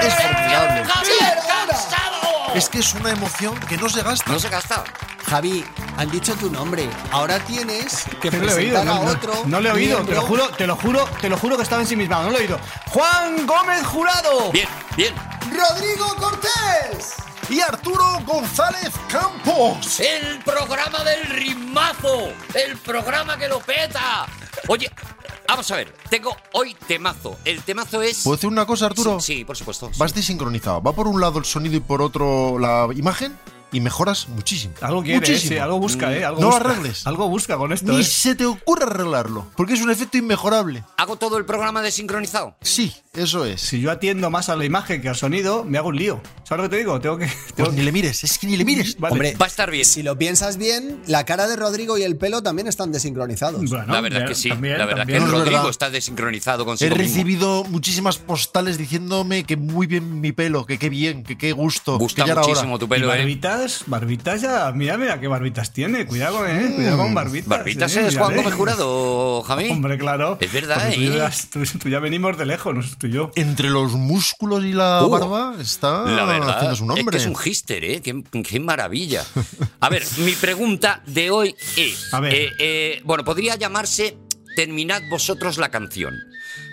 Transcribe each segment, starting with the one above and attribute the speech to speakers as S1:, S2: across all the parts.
S1: Es formidable.
S2: Javier Cansado.
S1: Es que es una emoción que no se gasta.
S3: No se gasta.
S1: Javi, han dicho tu nombre. Ahora tienes que
S4: Que no lo he oído,
S1: presentar
S4: no,
S1: a
S4: no,
S1: otro.
S4: no lo he oído, te
S1: miembro.
S4: lo juro, te lo juro, te lo juro que estaba en sí misma, no lo he oído. Juan Gómez Jurado
S3: Bien, bien.
S1: Rodrigo Cortés y Arturo González Campos.
S2: El programa del rimazo. El programa que lo peta.
S3: Oye, vamos a ver. Tengo hoy temazo. El temazo es.
S5: ¿Puedo decir una cosa, Arturo?
S3: Sí, sí, por supuesto.
S5: Vas desincronizado. Va por un lado el sonido y por otro la imagen y mejoras muchísimo.
S4: Algo quiere, eh,
S5: muchísimo. Mm,
S4: sí, algo busca, eh. Algo
S5: No lo
S4: busca.
S5: arregles.
S4: Algo busca con esto.
S5: Ni
S4: eh.
S5: se te ocurra arreglarlo, porque es un efecto inmejorable.
S3: Hago todo el programa desincronizado.
S5: Sí, eso es.
S4: Si yo atiendo más a la imagen que al sonido, me hago un lío. ¿Sabes lo que te digo? Tengo que.
S5: Pues
S4: tengo
S5: ni
S4: que-
S5: le mires, es que ni le mires.
S4: Vale.
S1: Hombre,
S3: Va a estar bien.
S1: si lo piensas bien, la cara de Rodrigo y el pelo también están desincronizados.
S4: Bueno,
S3: la verdad
S4: bien,
S3: que sí.
S4: también,
S3: la verdad que
S4: también.
S5: No,
S3: el
S5: es
S3: Rodrigo
S5: verdad.
S3: está desincronizado con
S5: He
S3: su
S5: recibido muchísimas postales diciéndome que muy bien mi pelo, que qué bien, que qué gusto.
S3: Gusta
S5: que ya era
S3: muchísimo
S5: hora.
S3: tu
S4: Y
S3: pelo, eh.
S4: barbitas, barbitas ya. Mira, mira qué barbitas tiene. Cuidado, eh. Cuidado
S5: Mm.
S4: con barbitas.
S3: Barbitas
S4: eh,
S3: es Juan
S4: mírale.
S3: Gómez Jurado, Jamí.
S4: Hombre, claro.
S3: Es verdad,
S4: Porque tú
S3: eh.
S4: llevas- Tú, tú ya venimos de lejos, tú y yo.
S5: Entre los músculos y la
S3: Uh,
S5: barba está
S3: La verdad
S5: haciendo
S3: es
S5: su nombre.
S3: que es un hister, ¿eh? Qué, qué maravilla. A ver, mi pregunta de hoy es...
S4: A ver.
S3: eh, eh, bueno, podría llamarse Terminad vosotros la canción.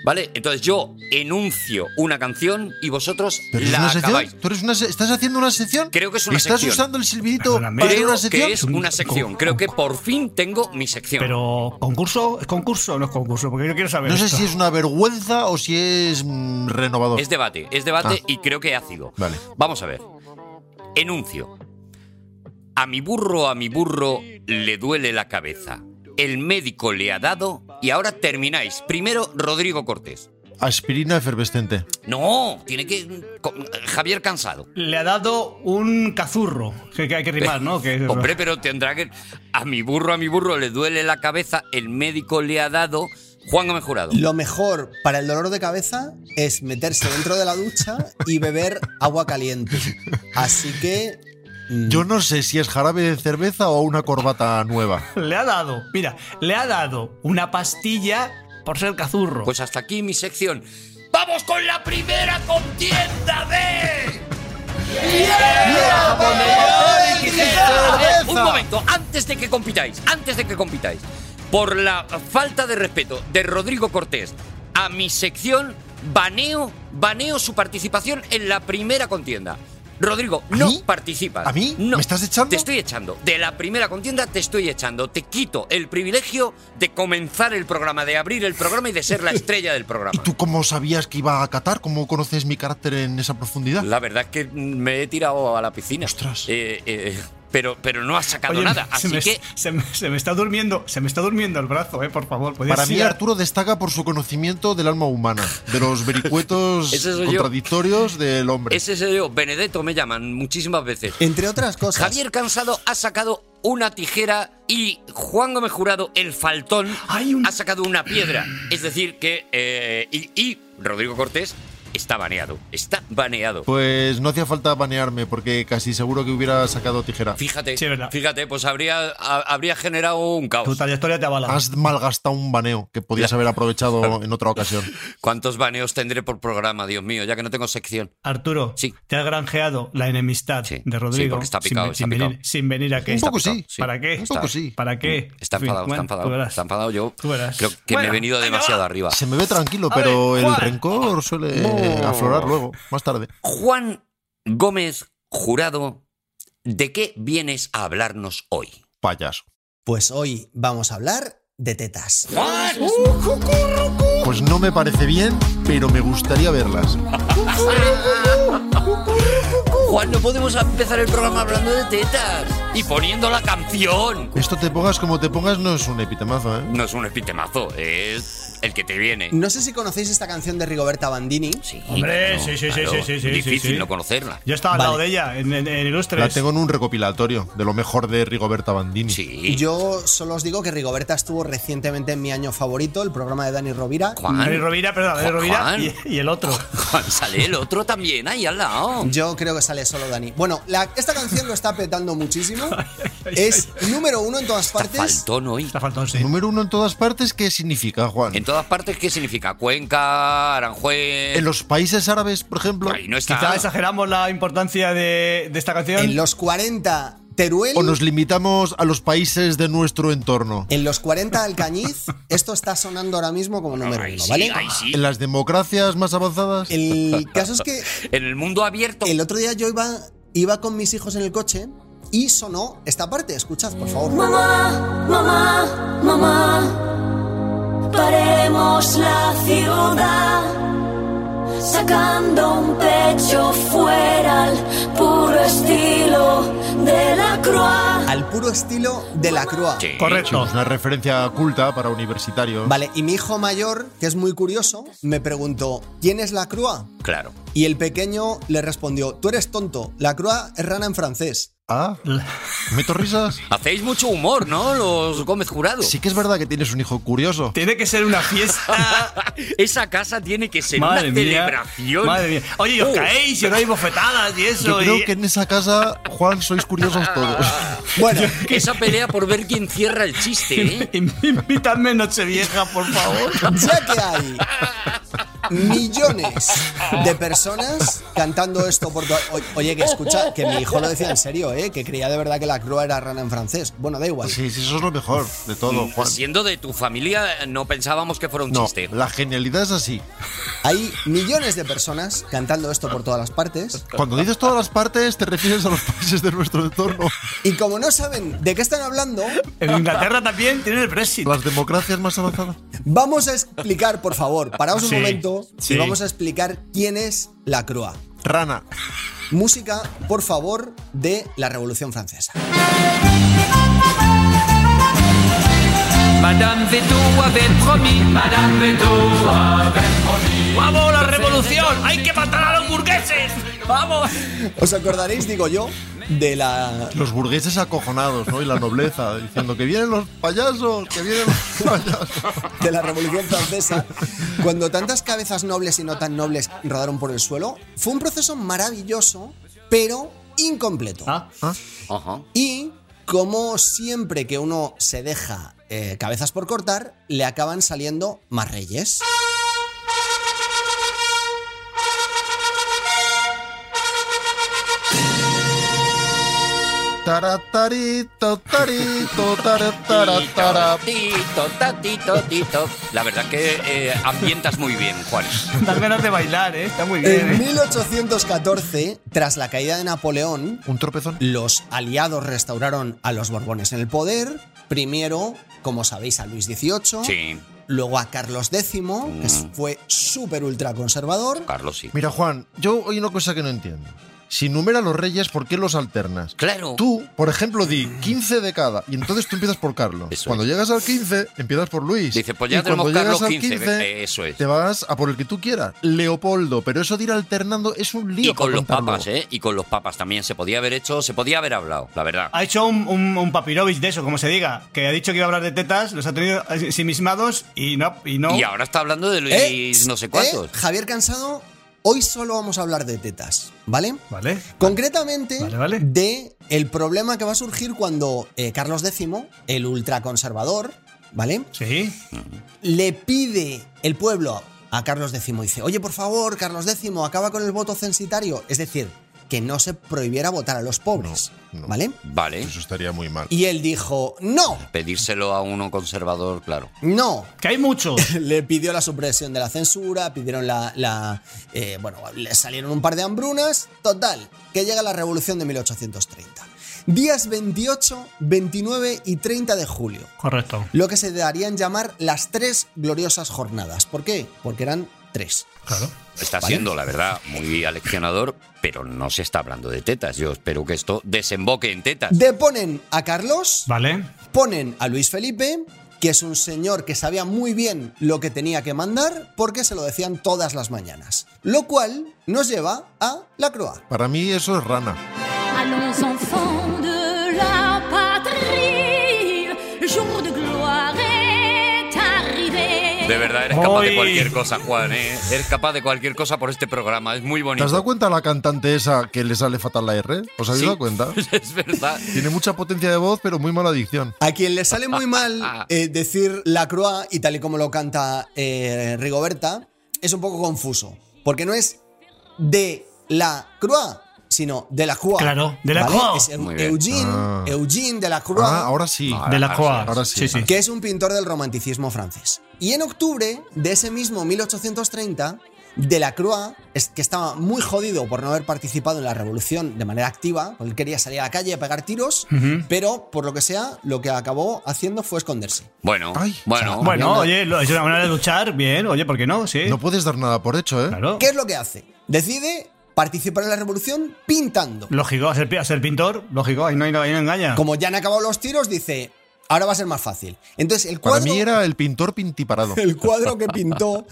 S3: ¿Vale? Entonces yo enuncio una canción y vosotros
S5: ¿Pero es
S3: la
S5: una sección?
S3: acabáis.
S5: ¿Tú eres una se- ¿Estás haciendo una sección?
S3: Creo que es una
S5: ¿Estás
S3: sección.
S5: usando el silbidito
S4: Perdóname.
S5: para hacer
S3: Creo
S5: una sección?
S3: que es una sección. Creo que por fin tengo mi sección.
S4: Pero, ¿concurso? ¿Es concurso o no es concurso? Porque yo quiero saber.
S5: No sé
S4: esto.
S5: si es una vergüenza o si es mm, renovador.
S3: Es debate, es debate
S5: Ah.
S3: y creo que ácido.
S5: Vale.
S3: Vamos a ver. Enuncio. A mi burro, a mi burro le duele la cabeza. El médico le ha dado y ahora termináis. Primero, Rodrigo Cortés.
S5: Aspirina efervescente.
S3: No, tiene que. con- Javier cansado.
S4: Le ha dado un cazurro. Que, que hay que rimar, ¿no? Que,
S3: Hombre, pero tendrá que. A mi burro, a mi burro le duele la cabeza. El médico le ha dado. Juan Gómez Jurado.
S1: Lo mejor para el dolor de cabeza es meterse dentro de la ducha y beber agua caliente. Así que. mm,
S5: Yo no sé si es jarabe de cerveza o una corbata nueva.
S4: Le ha dado, mira, le ha dado una pastilla por ser cazurro.
S3: Pues hasta aquí mi sección. ¡Vamos con la primera contienda de. Eh, un momento, antes de que compitáis, antes de que compitáis, por la falta de respeto de Rodrigo Cortés a mi sección, baneo, baneo su participación en la primera contienda. Rodrigo,
S5: ¿A
S3: no
S5: mí?
S3: participas.
S5: ¿A mí?
S3: No.
S5: ¿Me estás echando?
S3: Te estoy echando. De la primera contienda te estoy echando. Te quito el privilegio de comenzar el programa, de abrir el programa y de ser la estrella del
S5: ¿Y
S3: programa.
S5: tú cómo sabías que iba a Qatar? ¿Cómo conoces mi carácter en esa profundidad?
S3: La verdad es que me he tirado a la piscina.
S5: Ostras.
S3: Eh, eh, pero, pero no has sacado
S4: Oye,
S3: nada. Así
S4: se me,
S3: que
S4: se, me, se me está durmiendo, se me está durmiendo el brazo, eh, por favor. ¿podías
S5: Para mí
S4: ir a-
S5: Arturo destaca por su conocimiento del alma humana, de los vericuetos
S3: Ese soy yo.
S5: contradictorios del hombre.
S3: ese soy yo. Benedetto me llaman muchísimas veces.
S1: Entre otras cosas.
S3: Javier Cansado ha sacado una tijera y Juan Gómez Jurado, el faltón,
S4: Hay un-
S3: ha sacado una piedra. Es decir, que. eh, y, y Rodrigo Cortés está baneado. Está baneado.
S5: Pues no hacía falta banearme porque casi seguro que hubiera sacado tijera.
S3: Fíjate,
S4: Sí, es verdad.
S3: fíjate, pues habría, ha- habría generado un
S4: Tu
S3: caos.
S4: trayectoria te avala.
S5: Has malgastado un baneo que podías haber aprovechado en otra ocasión.
S3: ¿Cuántos baneos tendré por programa, Dios mío? Ya que no tengo sección.
S4: Arturo,
S3: Sí.
S4: te has granjeado la enemistad
S3: Sí,
S4: de
S3: sí,
S4: Rodrigo.
S3: porque está
S4: sin
S3: picado,
S4: ve-
S3: está
S4: sin,
S3: picado.
S4: venir, sin venir a que
S5: Un poco
S3: picado,
S5: sí.
S3: sí. Mm.
S4: ¿Para qué?
S5: Un poco sí.
S4: ¿Para qué?
S3: Está
S4: En fin,
S3: enfadado, está
S4: bueno, tú
S3: enfadado.
S4: verás.
S3: Está enfadado yo.
S4: Tú verás.
S3: Creo que me he
S4: Bueno,
S3: venido
S4: venga,
S3: demasiado
S4: va.
S3: arriba.
S5: Se me ve tranquilo,
S4: A ver,
S5: pero el
S4: Juan.
S5: rencor suele aflorar luego, más tarde.
S3: Juan Gómez Jurado, ¿de qué vienes a hablarnos hoy?
S5: Payaso.
S1: Pues hoy vamos a hablar de tetas.
S5: Pues no me parece bien, pero me gustaría verlas.
S3: Juan, no podemos empezar el programa hablando de tetas y poniendo la canción.
S5: Esto te pongas como te pongas no es un epitemazo, ¿eh?
S3: No es un epitemazo, es El que te viene.
S1: No sé si conocéis esta canción de Rigoberta Bandini.
S3: Sí,
S4: Hombre, sí, sí, sí, sí, sí, sí,
S3: Difícil
S4: sí, sí.
S3: no conocerla.
S4: Yo estaba al
S1: Vale.
S4: lado de ella, en, en, en Ilustres.
S5: La tengo en un recopilatorio de lo mejor de Rigoberta Bandini.
S3: Sí.
S1: Yo solo os digo que Rigoberta estuvo recientemente en mi año favorito, el programa de Dani Rovira.
S3: Juan.
S4: Dani Rovira, perdón, Dani
S3: Juan-
S4: Rovira
S3: Juan.
S4: y, y el otro.
S3: Juan, sale el otro también ahí al lado.
S1: Yo creo que sale solo Dani. Bueno, la- esta canción lo está petando muchísimo. Es número uno en todas partes.
S3: Faltón hoy.
S4: Está faltón, sí.
S5: Número uno en todas partes, ¿qué significa, Juan?
S3: En todas partes, ¿qué significa? Cuenca, Aranjuez.
S5: En los países árabes, por ejemplo,
S3: Ahí no está.
S4: Quizá exageramos la importancia de, de esta canción.
S1: En los 40, Teruel.
S5: o nos limitamos a los países de nuestro entorno.
S1: En los 40, Alcañiz. Esto está sonando ahora mismo como número
S3: Ahí
S1: uno,
S3: sí,
S1: ¿vale?
S3: ahí sí.
S5: En las democracias más avanzadas,
S1: El caso es que
S3: En el mundo abierto.
S1: el otro día yo iba, iba con mis hijos en el coche y sonó esta parte. Escuchad, por favor.
S6: Mamá, mamá, mamá, paremos la ciudad, sacando un pecho fuera al puro estilo de la croix.
S1: Al puro estilo de la crua.
S3: Sí.
S4: Correcto.
S5: es una referencia culta para universitarios.
S1: Vale, y mi hijo mayor, que es muy curioso, me preguntó, ¿quién es la crua?
S3: Claro.
S1: Y el pequeño le respondió, tú eres tonto, la crua es rana en francés.
S5: Ah, ¿meto risas?
S3: Hacéis mucho humor, ¿no? Los Gómez Jurado.
S5: Sí que es verdad que tienes un hijo curioso.
S4: Tiene que ser una fiesta.
S3: Esa casa tiene que ser
S4: Madre
S3: una
S4: mía.
S3: celebración.
S4: Madre mía. Oye, y os
S3: Uh.
S4: caéis y os dais bofetadas y eso.
S5: Yo creo
S4: y-
S5: que en esa casa, Juan, sois curiosos todos.
S1: Bueno,
S3: Esa pelea por ver quién cierra el chiste, ¿eh?
S4: Invítame Nochevieja, por favor.
S1: ya que hay millones de personas cantando esto por... todo- o- Oye, que escucha, que mi hijo lo decía en serio, ¿eh? que creía de verdad que la crua era rana en francés. Bueno, da igual.
S5: Sí, sí, eso es lo mejor de todo, Juan.
S3: Siendo de tu familia, no pensábamos que fuera Mm, un
S5: No,
S3: chiste.
S5: la genialidad es así.
S1: Hay millones de personas cantando esto por todas las partes.
S5: Cuando dices todas las partes, te refieres a los países de nuestro entorno.
S1: Y como no saben de qué están hablando,
S4: En Inglaterra también tienen el Brexit.
S5: Las democracias más avanzadas.
S1: vamos a explicar, por favor, paraos un
S4: Sí,
S1: momento y
S4: sí.
S1: vamos a explicar quién es la crua.
S5: Rana.
S1: Música, por favor, de la Revolución Francesa.
S7: Madame Veto avait promis, Madame Veto avait promis.
S4: ¡Vamos, la revolución! ¡Hay que matar a los burgueses! ¡Vamos!
S1: ¿Os acordaréis, digo yo, de la...
S5: Los burgueses acojonados, ¿no? Y la nobleza, diciendo que vienen los payasos, que vienen los payasos.
S1: de la Revolución Francesa, cuando tantas cabezas nobles y no tan nobles rodaron por el suelo? Fue un proceso maravilloso, pero incompleto.
S4: Ah,
S3: Ajá.
S1: Y como siempre que uno se deja eh, cabezas por cortar, le acaban saliendo más reyes.
S5: Taratarito, tarito, taratara, tara.
S3: Tito, tatito, tito. La verdad que eh, ambientas muy bien, Juan.
S4: dan ganas de bailar, ¿eh? Está muy bien,
S1: En
S4: ¿eh?
S1: 1814, tras la caída de Napoleón,
S5: Un tropezón.
S1: Los aliados restauraron a los Borbones en el poder, primero, como sabéis, a Luis XVIII,
S3: Sí,
S1: luego a Carlos X, que
S3: Mm.
S1: fue súper ultra conservador.
S3: Carlos, sí.
S5: Mira, Juan, yo hay una cosa que no entiendo. Si numera los reyes, ¿por qué los alternas?
S3: Claro.
S5: Tú, por ejemplo, di 15 de cada y entonces tú empiezas por Carlos.
S3: Eso
S5: cuando
S3: es.
S5: llegas al 15, empiezas por Luis.
S3: Dice, pues ya
S5: Y cuando
S3: tenemos Carlos
S5: llegas al
S3: 15, eh, eso es.
S5: Te vas a por el que tú quieras. Leopoldo, pero eso de ir alternando es un lío.
S3: Y con
S5: para
S3: los
S5: contarlo.
S3: papas, ¿eh? Y con los papas también. Se podía haber hecho, se podía haber hablado, la verdad.
S5: Ah,
S4: Ha hecho un, un, un papirovich de eso, como se diga, que ha dicho que iba a hablar de tetas, los ha tenido ensimismados y no. Y no.
S3: Y ahora está hablando de Luis
S1: Eh,
S3: no sé
S1: eh,
S3: cuántos.
S1: Javier Cansado, hoy solo vamos a hablar de tetas, ¿vale?
S4: ¿Vale?
S1: Concretamente,
S4: Vale, vale.
S1: de el problema que va a surgir cuando eh, Carlos X, el ultraconservador, ¿vale?
S4: Sí.
S1: le pide el pueblo a Carlos X. Dice, oye, por favor, Carlos X, acaba con el voto censitario. Es decir, que no se prohibiera votar a los pobres.
S5: No, no.
S1: ¿Vale?
S3: Vale.
S5: Eso estaría muy mal.
S1: Y él dijo, no,
S3: Pedírselo a uno conservador, claro.
S1: no.
S4: Que hay muchos.
S1: Le pidió la supresión de la censura, pidieron la... la, eh, bueno, le salieron un par de hambrunas. Total, que llega la revolución de 1830. Días 28, 29 y 30 de julio.
S4: Correcto.
S1: Lo que se darían llamar las tres gloriosas jornadas. ¿Por qué? Porque eran tres.
S4: Claro.
S3: Está
S1: Vale.
S3: siendo, la verdad, muy aleccionador, pero no se está hablando de tetas. Yo espero que esto desemboque en tetas.
S1: Deponen a Carlos,
S4: Vale.
S1: ponen a Luis Felipe que es un señor que sabía muy bien lo que tenía que mandar porque se lo decían todas las mañanas. Lo cual nos lleva a la Croa.
S5: Para mí eso es rana.
S6: Allons enfants de la patrie, le jour de gloire est arrivé.
S3: De verdad, eres capaz de
S4: Muy.
S3: cualquier cosa, Juan, ¿eh? Eres capaz de cualquier cosa por este programa. Es muy
S5: ¿Te
S3: bonito.
S5: has dado cuenta la cantante esa que le sale fatal la R? ¿Os habéis
S3: Sí.
S5: dado cuenta?
S3: es verdad.
S5: Tiene mucha potencia de voz, pero muy mala dicción.
S1: A quien le sale muy mal eh, decir la croa y tal y como lo canta eh, Rigoberta, es un poco confuso. Porque no es de la croa, sino de la croa.
S4: Claro, de la croa.
S1: Es Eu-
S3: Muy bien.
S1: Eugene,
S5: Ah.
S1: Eugene de la croa.
S5: Ah, ahora sí.
S4: De la Croix.
S5: Ahora sí.
S4: Sí, sí.
S1: que es un pintor del romanticismo francés. Y en octubre de ese mismo 1830, Delacroix, es- que estaba muy jodido por no haber participado en la revolución de manera activa, porque él quería salir a la calle a pegar tiros, pero por lo que sea, lo que acabó haciendo fue esconderse.
S3: Bueno,
S5: Ay,
S3: bueno.
S4: Bueno,
S1: Hablando-
S4: oye, lo- es una manera de luchar, bien, oye, ¿por qué no? Sí.
S5: No puedes dar nada por hecho, ¿eh?
S4: claro.
S1: ¿Qué es lo que hace? Decide participar en la revolución pintando.
S4: Lógico, a ser, pi- a ser pintor, lógico, ahí no, ahí no, ahí no engaña.
S1: Como ya han acabado los tiros, dice, ahora va a ser más fácil. Entonces, el
S5: Para
S1: cuadro,
S5: mí era el pintor pintiparado.
S1: el cuadro que pintó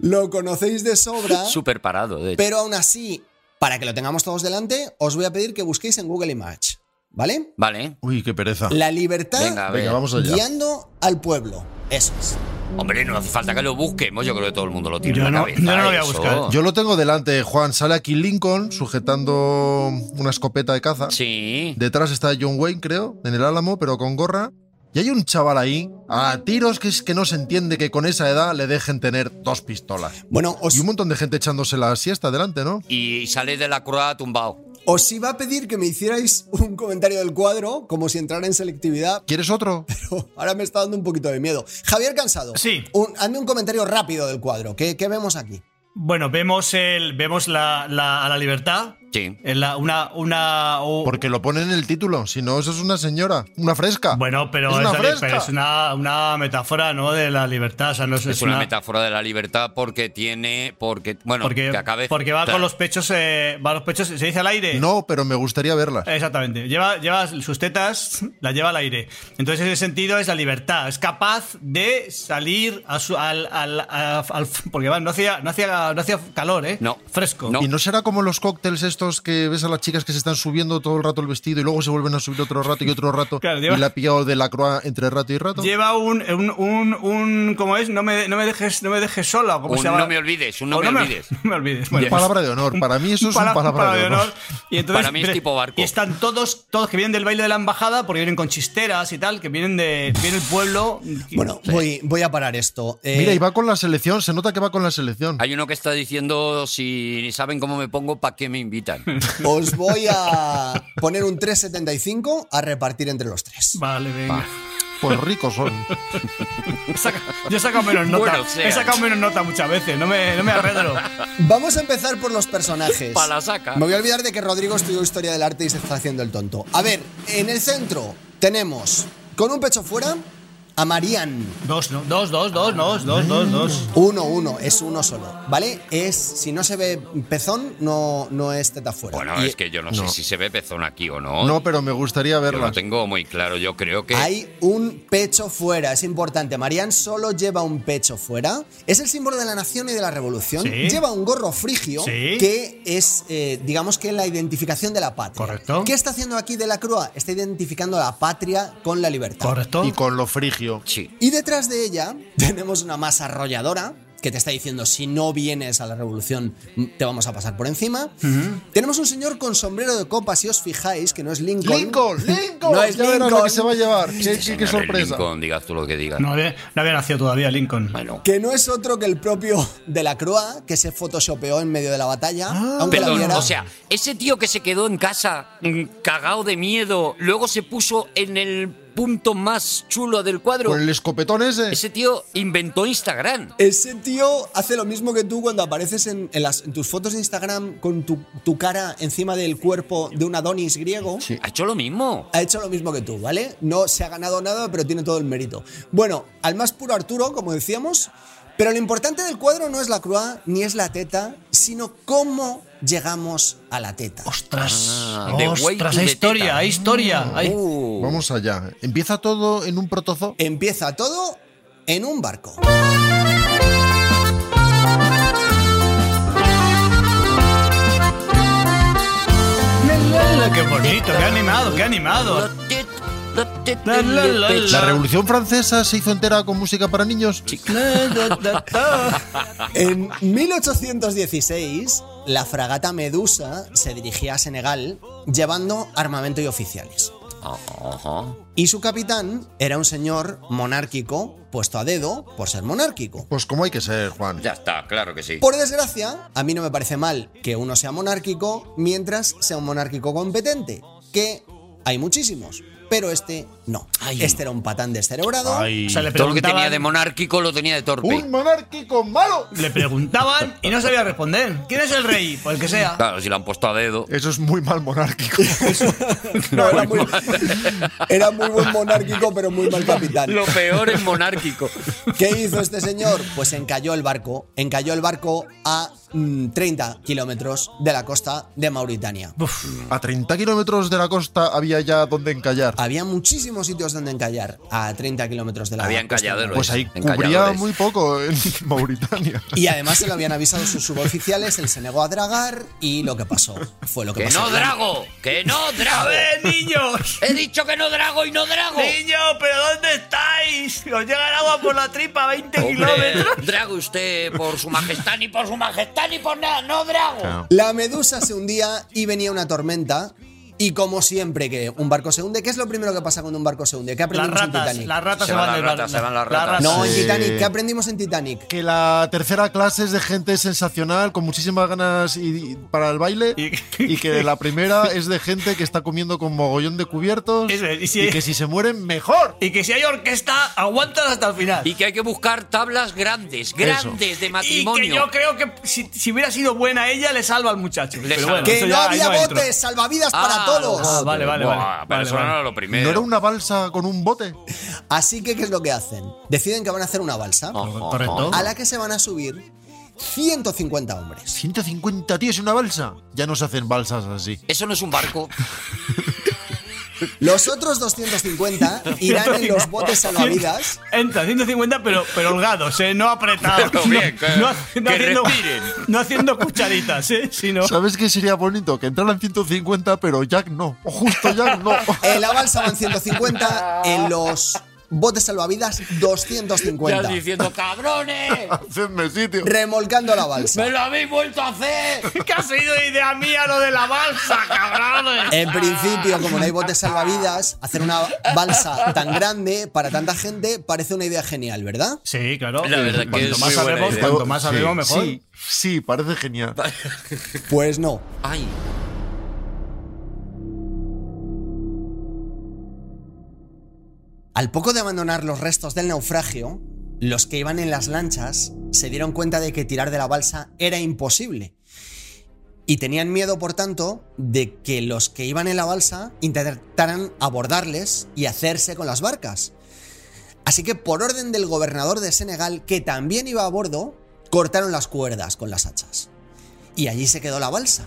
S1: lo conocéis de sobra.
S3: Súper parado, de hecho.
S1: Pero aún así, para que lo tengamos todos delante, os voy a pedir que busquéis en Google Image, ¿vale?
S3: Vale.
S5: Uy, qué pereza.
S1: La libertad
S3: Venga, a ver.
S5: Ah. Venga, vamos allá.
S1: guiando al pueblo. Eso es.
S3: Hombre, no hace falta que lo busquemos. Yo creo que todo el mundo lo tiene
S4: Yo
S3: en la
S4: no-
S3: cabeza.
S4: yo no lo voy a
S3: eso.
S4: buscar.
S5: Yo lo tengo delante, Juan. Sale aquí Lincoln sujetando una escopeta de caza.
S3: Sí.
S5: Detrás está John Wayne, creo, en el Álamo, pero con gorra. Y hay un chaval ahí, a tiros, que es que no se entiende que con esa edad le dejen tener dos pistolas.
S1: Bueno, os,
S5: Y un montón de gente echándose la siesta delante, ¿no?
S3: Y sale de la croa tumbado.
S1: os iba a pedir que me hicierais un comentario del cuadro, como si entrara en selectividad,
S5: ¿Quieres otro?
S1: pero ahora me está dando un poquito de miedo. Javier Cansado,
S4: Sí.
S1: un- hazme un comentario rápido del cuadro. ¿Qué, qué vemos aquí?
S4: Bueno, vemos el, vemos la, la- a la libertad.
S3: Sí.
S4: en la- una, una, o-
S5: Porque lo pone en el título, si no, eso es una señora, una fresca.
S4: bueno, pero
S5: es
S4: es,
S5: una
S4: la-
S5: fresca.
S4: pero es una, una metáfora, ¿no? De la libertad. O sea, no es,
S3: Es una, metáfora de la libertad porque tiene. Porque. Bueno,
S4: Porque,
S3: que acabe.
S4: porque va
S3: Claro.
S4: con los pechos, eh, va a los pechos, se dice al aire.
S5: No, pero me gustaría verla.
S4: Eh, Exactamente. Lleva, lleva sus tetas, las lleva al aire. Entonces, ese sentido es la libertad. Es capaz de salir a su- al, al- a- al- Porque va, no hacía, no, hacía, no hacía calor, ¿eh?
S3: No.
S4: Fresco.
S3: No.
S5: ¿Y no será como los cócteles estos que ves a las chicas que se están subiendo todo el rato el vestido y luego se vuelven a subir otro rato y otro rato
S4: Claro,
S5: y
S4: lleva-
S5: la ha pillado de la croa entre rato y rato?
S4: Lleva un, un, un, un- ¿Cómo es? No me, no me dejes, no me dejes sola. o ¿cómo
S3: Un
S4: se llama?
S3: no me olvides, un no
S4: O
S3: me olvides.
S4: No me olvides. Bueno,
S5: Palabra de honor. Para mí eso es un
S4: pues, pala-
S5: palabra de honor.
S4: Y entonces,
S3: Para mí es
S4: pero-
S3: tipo barco.
S4: Y están todos, todos que vienen del baile de la embajada, porque vienen con chisteras y tal, que vienen de viene el pueblo.
S1: Bueno, voy, voy a parar esto. Eh,
S5: Mira, y va con la selección, se nota que va con la selección.
S3: Hay uno que está diciendo: si saben cómo me pongo, ¿para qué me invitan?
S1: Os voy a poner un 375 a repartir entre los tres.
S4: Vale, venga.
S5: Pues ricos son.
S4: Saca- yo he sacado menos nota.
S3: Bueno, sea.
S4: he sacado menos nota muchas veces, no me, no me arredro.
S1: Vamos a empezar por los personajes.
S3: Pa' la saca.
S1: Me voy a olvidar de que Rodrigo estudió historia del arte y se está haciendo el tonto. A ver, en el centro tenemos, con un pecho fuera, a Marianne.
S4: Dos, no, dos, dos, dos, dos, dos, dos, dos.
S1: Uno, uno, es uno solo, ¿vale? Es, si no se ve pezón, no, no es teta fuera.
S3: Bueno,
S1: Y
S3: es que yo no, sé si se ve pezón aquí o no.
S5: No, pero me gustaría
S3: yo lo
S5: verla.
S3: tengo muy claro. Yo creo que.
S1: Hay un pecho fuera, es importante. Marianne solo lleva un pecho fuera. Es el símbolo de la nación y de la revolución.
S4: Sí.
S1: Lleva un gorro frigio
S4: Sí.
S1: que es, eh, digamos que la identificación de la patria.
S4: Correcto.
S1: ¿Qué está haciendo aquí de la Croa? Está identificando a la patria con la libertad.
S4: Correcto.
S5: Y con lo frigio.
S3: Sí.
S1: Y detrás de ella tenemos una masa arrolladora que te está diciendo si no vienes a la revolución mm, te vamos a pasar por encima. Tenemos un señor con sombrero de copa, si os fijáis, que no es Lincoln.
S5: Lincoln, Lincoln.
S1: No es
S5: ya verás lo
S1: Lincoln.
S5: que se va a llevar. Qué, qué- qué
S3: Señor, el
S5: sorpresa.
S3: Lincoln, digas tú lo que digas.
S4: No había, no había nacido todavía Lincoln.
S3: Bueno.
S1: Que no es otro que el propio de la Croa, que se photoshopeó en medio de la batalla. aunque
S3: Ah.
S1: la
S3: Perdón,
S1: viera.
S3: o sea, ese tío que se quedó en casa mm, cagao de miedo, luego se puso en el punto más chulo del cuadro.
S5: Con el escopetón ese.
S3: Ese tío inventó Instagram.
S1: Ese tío hace lo mismo que tú cuando apareces en, en las, en tus fotos de Instagram con tu, tu cara encima del cuerpo de un Adonis griego.
S3: Ha hecho lo mismo.
S1: Ha hecho lo mismo que tú, ¿vale? No se ha ganado nada, pero tiene todo el mérito. Bueno, al más puro Arturo, como decíamos. Pero lo importante del cuadro no es la Croa ni es la teta, sino cómo llegamos a la teta.
S4: ¡Ostras!
S3: Ah, The Way
S4: ¡Ostras!
S3: to
S4: Hay
S3: the
S4: historia,
S3: Teta.
S4: hay historia. hay-
S3: Uh,
S5: Vamos allá. Empieza todo en un protozoo.
S1: Eh, Empieza todo en un barco.
S4: ¡Lela, ¡Qué bonito! ¡Qué animado! ¡Qué animado!
S3: la tet- la tet-
S4: La, la, la,
S3: el
S5: La
S3: pecho.
S5: Revolución Francesa se hizo entera con música para niños.
S1: En 1816, la fragata Medusa se dirigía a Senegal llevando armamento y oficiales.
S3: Ajá.
S1: Y su capitán era un señor monárquico, puesto a dedo por ser monárquico.
S5: Pues como hay que ser, Juan.
S3: Ya está, claro que sí.
S1: Por desgracia, a mí no me parece mal que uno sea monárquico mientras sea un monárquico competente, que hay muchísimos, pero este no.
S3: Ay.
S1: Este era un patán descerebrado.
S4: O sea, le
S3: Todo lo que
S4: preguntaban-
S3: tenía de monárquico lo tenía de torpe.
S5: ¡Un monárquico malo!
S4: Le preguntaban y no sabía responder. ¿Quién es el rey? Pues el que sea.
S3: Claro, si lo han puesto a dedo.
S5: Eso es muy mal monárquico.
S1: No, era, muy, era muy buen monárquico, pero muy mal capitán.
S3: Lo peor es monárquico.
S1: ¿Qué hizo este señor? Pues encalló el barco. Encalló el barco a mm, 30 kilómetros de la costa de Mauritania.
S5: A 30 kilómetros de la costa había ya donde encallar.
S1: Había muchísimos sitios donde encallar a 30 kilómetros de la
S3: Había
S1: costa.
S3: encallado
S5: Pues ahí cubría muy poco en Mauritania.
S1: Y además se lo habían avisado sus suboficiales, él se negó a dragar y lo que pasó fue lo que,
S3: ¡Que
S1: pasó.
S3: no drago! ¡Que no drago!
S4: ¡Eh, niños!
S3: ¡He dicho que no drago y no drago!
S4: ¡Niños, pero dónde estáis! ¡Os llega el agua por la tripa, 20
S3: Hombre,
S4: kilómetros!
S3: drago usted por su majestad, ni por su majestad, ni por nada, no drago.
S1: La medusa se hundía y venía una tormenta. Y como siempre que un barco se hunde, ¿qué es lo primero que pasa cuando un barco se hunde? ¿Qué
S4: Las
S1: aprendimos en
S4: ratas,
S1: Titanic?
S4: las ratas
S3: Se
S4: se,
S3: van
S4: van
S3: las
S4: del
S3: ratas,
S4: bar-
S3: se van las
S4: la-
S3: ratas.
S1: No, en
S5: Sí.
S1: Titanic, ¿qué aprendimos en Titanic?
S5: Que la tercera clase es de gente sensacional, con muchísimas ganas y, y para el baile.
S4: Y-
S5: Y que la primera es de gente que está comiendo con mogollón de cubiertos.
S4: Eso es, y si-
S5: y que si se mueren, mejor.
S4: Y que si hay orquesta, aguantan hasta el final.
S3: Y que hay que buscar tablas grandes, grandes de
S4: Y
S3: matrimonio.
S4: que yo creo que si, si hubiera sido buena ella, le salva al muchacho.
S3: Le
S4: Pero
S3: salva.
S4: bueno,
S1: Que
S4: eso
S1: no
S4: ya ahí
S1: había
S4: entro.
S1: botes, salvavidas
S3: Ah,
S1: para todos.
S4: Ah, vale, vale,
S3: Buah,
S4: vale.
S3: Pero
S4: Vale,
S3: eso
S4: vale.
S3: no era lo primero.
S5: ¿No era una balsa con un bote?
S1: Así que, ¿qué es lo que hacen? Deciden que van a hacer una balsa
S3: Ojo,
S4: Correcto.
S3: ojo.
S1: a la que se van a subir 150 hombres.
S5: 150 tíos en una balsa. Ya no se hacen balsas así.
S3: Eso no es un barco.
S1: Los otros 250 irán en los botes salvavidas.
S4: Entra, 150, pero, pero holgados, ¿eh? No apretados.
S3: Pero bien,
S4: no,
S3: que-
S4: no ha- no
S3: que
S4: haciendo,
S3: respiren.
S4: no haciendo cucharitas, ¿eh? Sino,
S5: ¿Sabes qué sería bonito? Que entraran 150, pero Jack no. Justo Jack no.
S1: En la balsa van 150, en los botes salvavidas
S3: Ya
S1: 250.
S3: diciendo, cabrones,
S5: Hacedme sitio.
S1: Remolcando la balsa.
S3: me lo habéis vuelto a hacer.
S4: que ha sido idea mía lo de la balsa, cabrones.
S1: En principio, como no hay botes salvavidas, hacer una balsa tan grande para tanta gente parece una idea genial, ¿verdad?
S4: Sí, claro.
S3: La verdad que
S4: cuanto
S3: es
S4: más
S3: muy buena
S4: sabemos,
S3: idea.
S4: cuanto más
S5: Sí,
S4: sabemos, mejor.
S5: Sí, sí, parece genial.
S1: Pues no.
S3: Ay,
S1: Al poco de abandonar los restos del naufragio, los que iban en las lanchas se dieron cuenta de que tirar de la balsa era imposible. Y tenían miedo, por tanto, de que los que iban en la balsa intentaran abordarles y hacerse con las barcas. Así que por orden del gobernador de Senegal, que también iba a bordo, cortaron las cuerdas con las hachas. Y allí se quedó la balsa,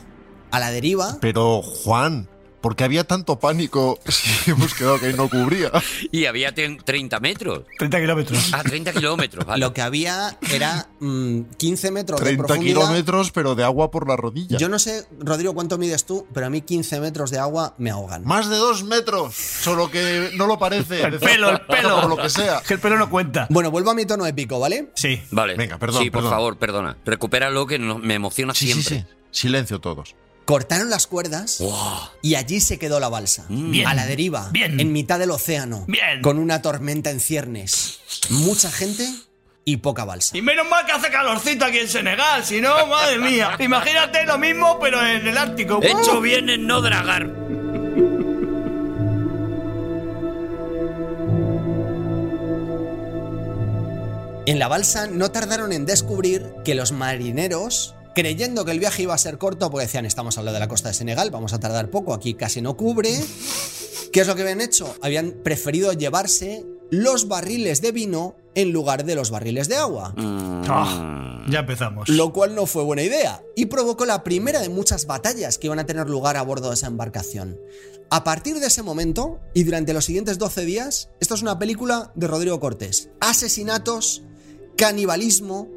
S1: a la deriva
S5: Pero, Juan, ¿por qué había tanto pánico si hemos quedado que no cubría?
S3: y había ten- 30 metros.
S4: 30 kilómetros.
S3: Ah, 30 kilómetros, vale.
S1: Lo que había era mm, 15 metros de
S5: 30
S1: profundidad.
S5: kilómetros, pero de agua por la rodilla.
S1: Yo no sé, Rodrigo, cuánto mides tú, pero a mí 15 metros de agua me ahogan.
S5: Más de dos metros, solo que no lo parece.
S4: El pelo, el pelo.
S5: Por lo que
S1: Ah.
S5: sea.
S4: Que el pelo no cuenta.
S1: Bueno, vuelvo a mi tono épico, ¿vale?
S4: Sí.
S3: Vale.
S5: Venga, perdón,
S3: Sí, por
S5: perdón.
S3: favor, perdona. Recupéralo que no- me emociona
S5: Sí, sí,
S3: siempre.
S5: sí. Silencio todos.
S1: Cortaron las cuerdas
S3: Guau.
S1: y allí se quedó la balsa.
S4: Oh. Mm. Bien.
S1: a la deriva,
S4: Bien.
S1: en mitad del océano,
S4: Bien.
S1: con una tormenta en ciernes. Mucha gente y poca balsa.
S4: Y menos mal que hace calorcito aquí en Senegal, si no, madre mía. Imagínate lo mismo, pero en el Ártico.
S3: Hecho bien en no dragar.
S1: En la balsa no tardaron en descubrir que los marineros, creyendo que el viaje iba a ser corto, porque decían, estamos hablando de la costa de Senegal, vamos a tardar poco, aquí casi no cubre. ¿Qué es lo que habían hecho? Habían preferido
S5: Mm.
S1: llevarse los barriles de vino en lugar de los barriles de agua.
S4: Ah, Ya empezamos.
S1: lo cual no fue buena idea y provocó la primera de muchas batallas que iban a tener lugar a bordo de esa embarcación. A partir de ese momento y durante los siguientes 12 días, esta es una película de Rodrigo Cortés. Asesinatos, canibalismo,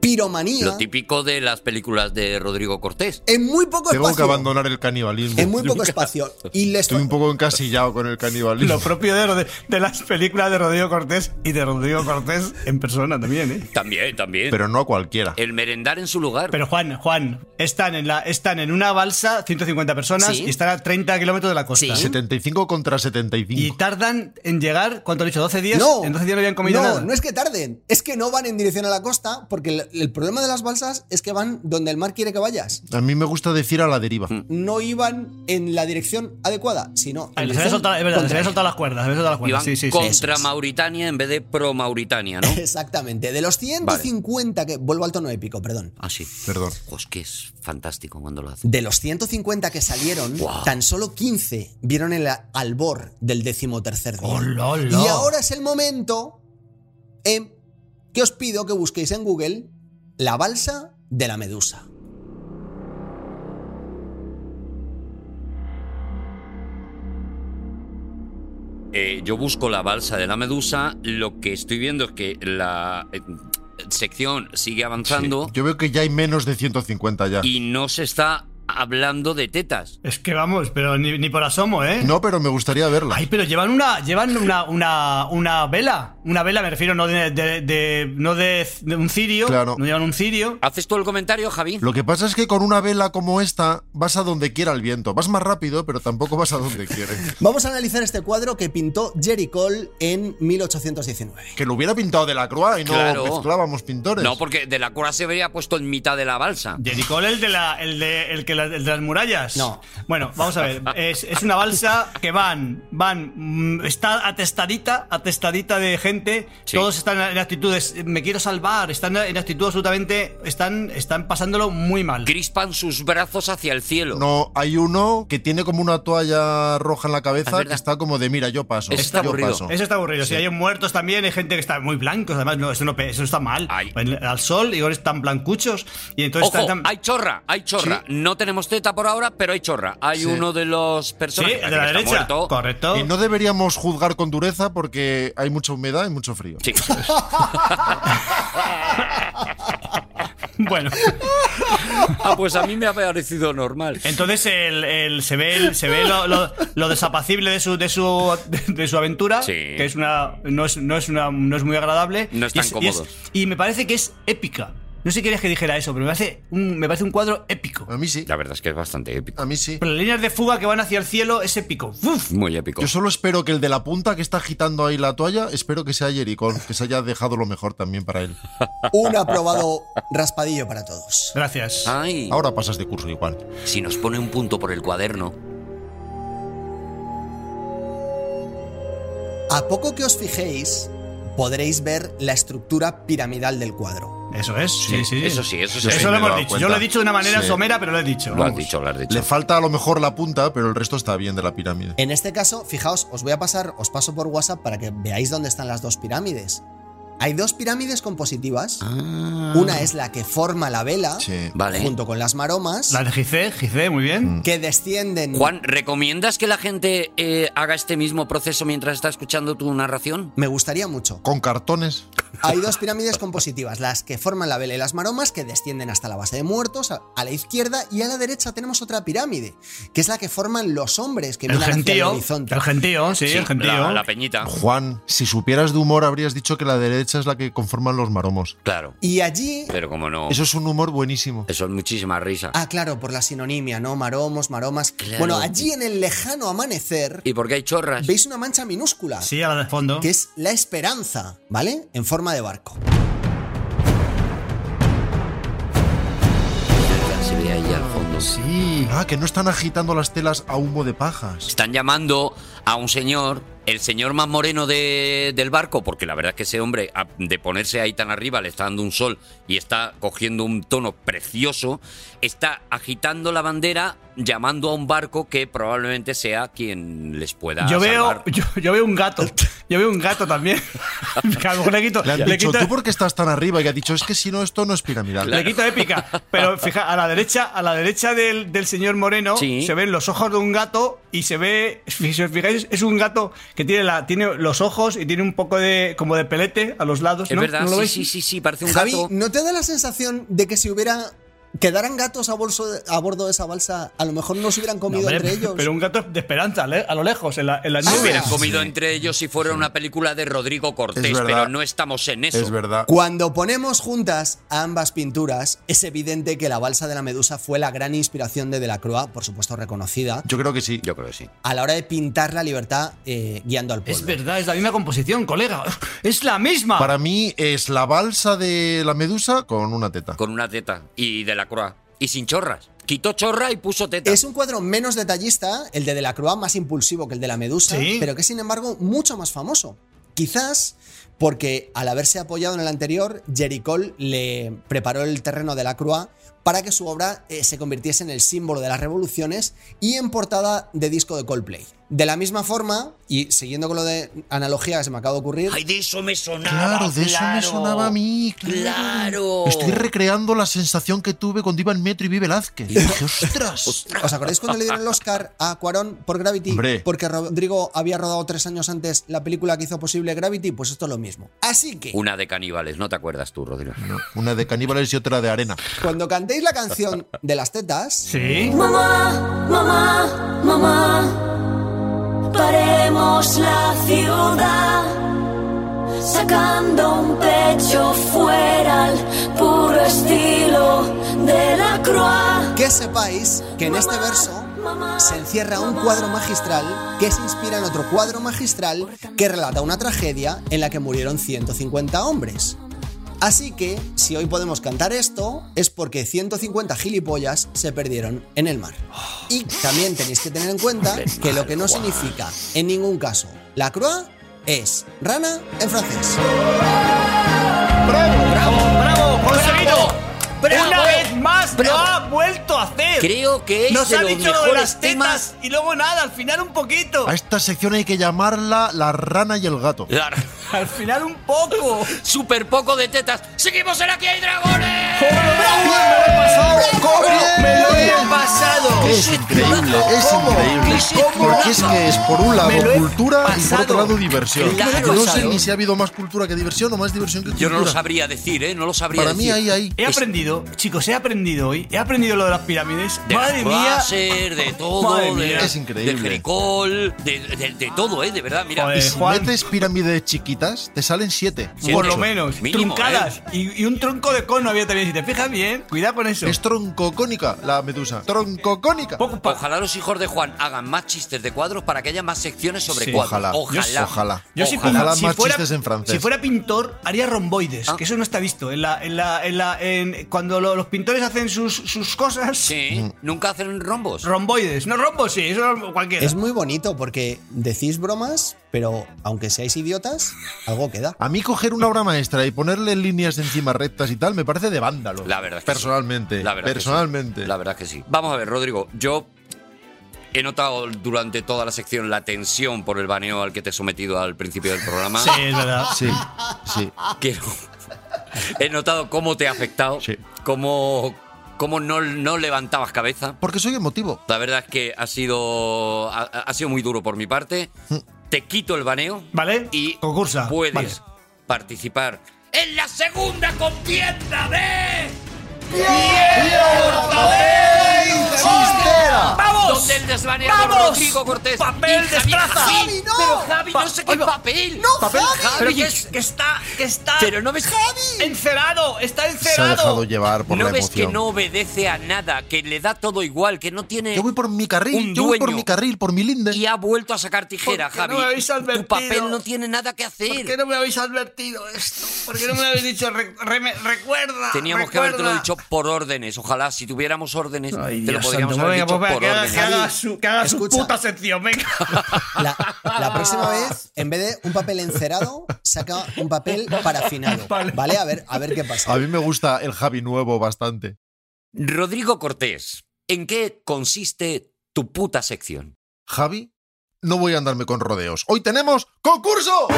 S1: piromanía.
S3: Lo típico de las películas de Rodrigo Cortés.
S1: En muy poco
S5: Tengo que
S1: espacio.
S5: abandonar el canibalismo.
S1: En muy poco espacio. Y les
S5: Estoy un poco encasillado con el canibalismo.
S4: Lo propio de, Rod- de las películas de Rodrigo Cortés y de Rodrigo Cortés en persona también, ¿eh?
S3: También, también.
S5: Pero no a cualquiera.
S3: El merendar en su lugar.
S4: Pero Juan, Juan, están en, la, están en una balsa 150 personas
S1: Sí.
S4: y están a 30 kilómetros de la costa.
S1: Sí.
S5: 75 contra
S4: Y
S5: 75.
S4: tardan en llegar, ¿cuánto han dicho? ¿12 días?
S1: No,
S4: en 12 días no habían comido
S1: no,
S4: nada.
S1: no es que tarden, es que no van en dirección a la costa, porque el, el problema de las balsas es que van donde el mar quiere que vayas.
S5: A mí me gusta decir a la deriva.
S4: Mm.
S1: No iban en la dirección adecuada, sino.
S4: Ah,
S1: en
S4: les habían
S1: dirección
S4: soltado, es verdad, les
S1: contraria.
S4: habían soltado las cuerdas, les habían soltado las
S3: Iban
S4: cuerdas. Sí, sí, sí.
S3: contra
S1: Eso es.
S3: Mauritania en vez de pro Mauritania, ¿no?
S1: Exactamente. De los 150 que. Vuelvo al tono épico, perdón.
S3: Ah, sí.
S5: Perdón.
S3: Pues que es fantástico cuando lo hacen.
S1: De los 150 que salieron,
S3: Guau.
S1: tan solo 15 vieron el a- albor del decimotercer día.
S4: Hola, hola.
S1: Y ahora es el momento en que os pido que busquéis en Google la balsa de la medusa.
S3: Eh, yo busco la balsa de la medusa. Lo que estoy viendo es que la eh, sección sigue avanzando
S5: Yo veo que ya hay menos de 150 ya.
S3: y no se está hablando de tetas.
S4: Es que vamos, pero ni, ni por asomo, ¿eh?
S5: No, pero me gustaría verla.
S4: Ay, pero llevan una, llevan una, una, una vela. Una vela, me refiero, no de, de- de- no de, de un cirio.
S5: Claro.
S4: No llevan un cirio.
S3: ¿Haces tú el comentario, Javi?
S5: Lo que pasa es que con una vela como esta vas a donde quiera el viento. Vas más rápido, pero tampoco vas a donde quiere.
S1: Vamos a analizar este cuadro que pintó Jerry Cole en 1819.
S5: Que lo hubiera pintado de la croa y no
S3: Claro.
S5: mezclábamos pintores.
S3: No, porque de la cura se habría puesto en mitad de la balsa.
S4: Jericol, el de, la, el, de, el, que la- el de las murallas.
S1: No.
S4: Bueno, vamos a ver. Es, es una balsa que van, van, mm, está atestadita, atestadita de gente.
S3: Sí.
S4: Todos están en actitudes, eh, me quiero salvar. Están en actitud absolutamente, están, están pasándolo muy mal.
S3: Crispan sus brazos hacia el cielo.
S5: No, hay uno que tiene como una toalla roja en la
S3: Es
S5: cabeza
S3: verdad.
S5: que está como de mira, yo paso.
S3: Eso está
S5: yo
S3: aburrido.
S5: paso.
S4: Eso está aburrido. Si hay muertos también, hay gente que está muy blancos. Además, no, eso, no, pe- eso está mal.
S3: Ay.
S4: Al sol, igual están blancuchos. Y entonces
S3: Ojo,
S4: están tan-
S3: hay chorra, hay chorra. No tenemos teta por ahora, pero hay chorra. Hay uno de los
S4: Sí,
S3: personajes
S4: de
S3: que
S4: la
S3: está
S4: derecha.
S3: muerto.
S4: Correcto.
S5: Y no deberíamos juzgar con dureza porque hay mucha humedad y mucho frío.
S3: Sí.
S4: Bueno.
S3: Ah, pues a mí me ha parecido normal.
S4: Entonces el, el- se ve, el- se ve lo, lo- lo desapacible de su, de su, de su aventura,
S3: Sí.
S4: que es una, no, es, no, es una, no es muy agradable.
S3: No es
S4: Y
S3: tan
S4: y,
S3: cómodo.
S4: y me parece que es épica. No sé si querías que dijera eso, pero me parece un, me parece un cuadro épico.
S5: A mí sí.
S3: La verdad es que es bastante épico.
S5: A mí sí.
S4: Pero las líneas de fuga que van hacia el cielo es épico. ¡Uf!
S3: Muy épico.
S5: Yo solo espero que el de la punta que está agitando ahí la toalla, espero que sea Jericón, que se haya dejado lo mejor también para él.
S1: Un aprobado raspadillo para todos.
S4: Gracias.
S3: Ay,
S5: Ahora pasas de curso igual.
S3: si nos pone un punto por el cuaderno.
S1: A poco que os fijéis, podréis ver la estructura piramidal del cuadro.
S4: Eso es. Sí, sí.
S3: Eso sí, eso sí.
S5: Yo
S4: Eso
S5: me
S4: lo
S5: he
S4: hemos
S5: dado
S4: dicho.
S5: cuenta.
S4: Yo lo he dicho de una manera
S5: Sí.
S4: somera, pero lo he dicho.
S3: Lo has
S4: Vamos.
S3: dicho, lo has dicho.
S5: Le falta a lo mejor la punta, pero el resto está bien de la pirámide.
S1: En este caso, fijaos, os voy a pasar, os paso por WhatsApp para que veáis dónde están las dos pirámides. Hay dos pirámides compositivas.
S3: Ah,
S1: Una es la que forma la vela,
S5: Sí.
S3: Vale.
S1: junto con las maromas,
S4: La de Gizé, Gizé, muy
S3: Mm.
S4: bien.
S1: que descienden.
S3: Juan, ¿recomiendas que la gente eh, haga este mismo proceso mientras está escuchando tu narración?
S1: Me gustaría mucho.
S5: Con cartones.
S1: Hay dos pirámides compositivas, las que forman la vela y las maromas, que descienden hasta la base de muertos, a, a la izquierda, y a la derecha tenemos otra pirámide, que es la que forman los hombres que
S4: El
S1: miran hacia el
S4: gentío.
S1: horizonte.
S4: El gentío, sí, el gentío.
S3: la, la peñita.
S5: Juan, si supieras de humor habrías dicho que la derecha es la que conforman los maromos.
S3: Claro.
S1: Y allí.
S3: Pero como no.
S5: Eso es un humor buenísimo.
S3: Eso es muchísima risa.
S1: Ah, claro, por la sinonimia, ¿no? Maromos, maromas.
S3: Claro.
S1: Bueno, allí en el lejano amanecer
S3: ¿Y por qué hay chorras?
S1: veis una mancha minúscula,
S4: Sí, a la de fondo.
S1: que es la esperanza, ¿vale? En forma de barco.
S3: Se ve ahí al fondo.
S5: Sí. Ah, que no están agitando las telas a humo de pajas.
S3: Están llamando a un señor, el señor más moreno de- del barco, porque la verdad es que ese hombre, a- de ponerse ahí tan arriba, le está dando un sol y está cogiendo un tono precioso, está agitando la bandera llamando a un barco que probablemente sea quien les pueda
S4: Yo veo,
S3: salvar.
S4: yo, yo veo un gato. Yo veo un gato también. Que a lo mejor le quito,
S5: Le han
S4: le
S5: dicho,
S4: quito-
S5: ¿tú por qué estás tan arriba? Y ha dicho, es que si no, esto no es piramidal.
S4: le quito épica. Pero fija, a la derecha, a la derecha del, del señor Moreno
S3: Sí.
S4: se ven los ojos de un gato y se ve. Si os fijáis, es un gato que tiene la, tiene los ojos y tiene un poco de como de pelete a los lados.
S3: Es
S4: Pues ¿no?
S3: verdad,
S4: ¿No lo
S3: sí,
S4: veis?
S3: sí, sí, sí, parece un
S1: Javi,
S3: gato.
S1: ¿no te da la sensación de que si hubiera. quedaran gatos a, bolso de- a bordo de esa balsa, a lo mejor no se hubieran
S4: No,
S1: comido
S4: hombre,
S1: entre ellos?
S4: Pero un gato de esperanza, le- a lo lejos, en la, en la
S3: Se
S4: nube.
S3: hubieran
S1: sí.
S3: comido entre ellos si fuera una película de Rodrigo Cortés,
S5: Es verdad.
S3: pero no estamos en eso.
S5: Es verdad.
S1: Cuando ponemos juntas a ambas pinturas, es evidente que la balsa de la medusa fue la gran inspiración de Delacroix, por supuesto reconocida,
S5: Yo creo que sí.
S3: Yo creo que sí.
S1: a la hora de pintar la libertad eh, guiando al pueblo.
S4: Es verdad, es la misma composición, colega. Es la misma.
S5: Para mí es la balsa de la medusa con una teta.
S3: Con una teta y de la croa. Y sin chorras. Quitó chorra y puso teta.
S1: Es un cuadro menos detallista, el de Delacroix, más impulsivo que el de la Medusa,
S4: Sí.
S1: pero que sin embargo mucho más famoso. Quizás porque al haberse apoyado en el anterior, Jericol le preparó el terreno de Delacroix para que su obra eh, se convirtiese en el símbolo de las revoluciones y en portada de disco de Coldplay. De la misma forma, y siguiendo con lo de analogía que se me acaba de ocurrir,
S3: Ay, de eso me sonaba.
S5: Claro, de eso me
S3: claro.
S5: sonaba a mí. Claro.
S3: Claro.
S5: Estoy recreando la sensación que tuve cuando iba en metro y vi Velázquez. Y dije, ostras.
S1: ¿os acordáis cuando le dieron el Oscar a Cuarón por Gravity?
S5: Hombre.
S1: Porque Rodrigo había rodado tres años antes la película que hizo posible Gravity, pues esto es lo mismo. Así que...
S3: Una de caníbales, no te acuerdas tú, Rodrigo.
S5: Una de caníbales y otra de arena.
S1: Cuando cantéis la canción de las tetas,
S4: Sí.
S6: Mamá, mamá, mamá, paremos la ciudad, sacando un pecho fuera al puro estilo de la croix.
S1: que sepáis que en este verso se encierra un cuadro magistral que se inspira en otro cuadro magistral que relata una tragedia en la que murieron 150 hombres. Así que, si hoy podemos cantar esto, es porque 150 gilipollas se perdieron en el mar. Y también tenéis que tener en cuenta que lo que no significa, en ningún caso, la croix es rana en francés.
S4: ¡Bravo,
S3: ¡Bravo!
S4: conseguido!
S3: ¡Bravo!
S4: Una vez más lo
S3: ¡Bravo!
S4: ha vuelto a hacer.
S3: Creo que es
S4: Nos
S3: de
S4: ha
S3: los
S4: dicho lo de
S3: mejores
S4: las tetas
S3: temas.
S4: y luego nada, al final un poquito.
S5: A esta sección hay que llamarla la rana y el gato.
S3: La-
S4: Al final un poco.
S3: Super poco de tetas. ¡Seguimos en Aquí hay dragones!
S4: ¡Me lo he pasado!
S5: Es increíble, es increíble. Porque es que es por un
S4: Me
S5: lado
S4: lo he
S5: cultura y por otro
S4: pasado.
S5: lado diversión.
S3: Claro,
S5: no sé
S3: claro.
S5: ni si ha habido más cultura que diversión o más diversión que
S3: Yo
S5: cultura.
S3: no lo sabría decir, ¿eh? No lo sabría
S5: Para
S3: decir.
S5: mí ahí, ahí.
S4: He aprendido, chicos, he aprendido hoy. He aprendido lo de las pirámides.
S3: De
S4: Madre mía.
S3: Láser, de todo,
S4: Madre
S3: de,
S4: mía.
S5: Es increíble.
S3: de Jericol, de, de- de todo, ¿eh? De verdad, mira.
S4: Joder.
S5: Y
S4: Eh,
S5: si
S4: Juan.
S5: metes pirámides chiquitas, te salen siete.
S3: Sí,
S4: Por lo
S3: ocho.
S4: menos,
S3: Mínimo,
S4: truncadas. Y, y un tronco de cono había también. Si te fijas bien, cuidado con eso.
S5: Es troncocónica la medusa. Troncocónica.
S4: Poco pa-
S3: Ojalá los hijos de Juan hagan más chistes de cuadros para que haya más secciones sobre
S4: Sí.
S3: cuadros.
S5: Ojalá.
S3: Ojalá.
S5: Ojalá.
S4: Yo si,
S3: Ojalá.
S4: fuera-
S5: más
S4: si fuera,
S5: chistes en francés.
S4: si fuera pintor, haría romboides,
S3: Ah.
S4: que eso no está visto. En la, en la, en la- en- cuando lo- los pintores hacen sus, sus cosas,
S3: Sí, nunca hacen rombos.
S4: romboides. No, rombos, sí, eso es cualquiera.
S1: Es muy bonito porque decís bromas, pero aunque seáis idiotas, algo queda.
S5: A mí coger una obra maestra y ponerle líneas encima rectas y tal me parece de vándalo.
S3: La verdad es que sí.
S5: Personalmente.
S3: La verdad que sí.
S5: personalmente.
S3: La verdad que sí. Vamos a ver, Rodrigo, yo he notado durante toda la sección la tensión por el baneo al que te he sometido al principio del programa.
S4: Sí, es verdad.
S5: Sí, sí.
S3: Quiero- he notado cómo te ha afectado,
S5: Sí.
S3: cómo, cómo no, no levantabas cabeza.
S5: Porque soy emotivo.
S3: La verdad es que ha sido, ha, ha sido muy duro por mi parte. Te quito el baneo.
S4: Mm. ¿Vale?
S3: Y
S4: Concursa.
S3: puedes
S4: Vale.
S3: participar en la segunda contienda de... ¡Vamos! Donde el desvaneado
S4: ¡Vamos!
S3: Rodrigo Cortés.
S4: ¡Papel
S3: y
S4: de
S3: Javi-
S4: traza!
S3: Javi,
S1: ¡No!
S3: Pero Javi,
S4: Pa-
S3: no sé qué
S4: Oiga.
S3: papel.
S4: Papel,
S3: Javi
S4: pero que,
S3: es-
S4: que está, que está
S3: Pero no ves...
S4: encerado, está encerado.
S5: Se ha dejado llevar por
S3: ¿No
S5: la
S3: ves
S5: emoción.
S3: que no obedece a nada, que le da todo igual, que no tiene...
S5: Yo voy por mi
S3: un
S5: carril, yo voy por
S3: dueño.
S5: mi carril, por mi linde.
S3: Y ha vuelto a sacar tijera,
S4: ¿Por qué no
S3: Javi.
S4: me habéis
S3: tu
S4: advertido?
S3: papel no tiene nada que
S4: ¿Por
S3: hacer.
S4: qué no me habéis advertido esto? ¿Por qué no me habéis dicho "Re- reme- recuerda?
S3: Teníamos que
S4: recuerda"?
S3: habértelo dicho por órdenes. Ojalá si tuviéramos órdenes,
S4: Ay,
S3: te lo
S4: Dios
S3: podríamos
S4: santo,
S3: haber
S4: venga,
S3: dicho
S4: pues venga,
S3: por
S4: que haga-
S3: órdenes.
S4: que haga su, que haga su
S1: Escucha.
S4: puta sección, venga.
S1: La, la próxima vez, en vez de un papel encerado, saca un papel parafinado.
S4: Vale.
S1: ¿Vale? A ver, a ver qué pasa.
S5: A mí me gusta el Javi nuevo bastante.
S3: Rodrigo Cortés, ¿En qué consiste tu puta sección?
S5: Javi, no voy a andarme con rodeos. Hoy tenemos concurso.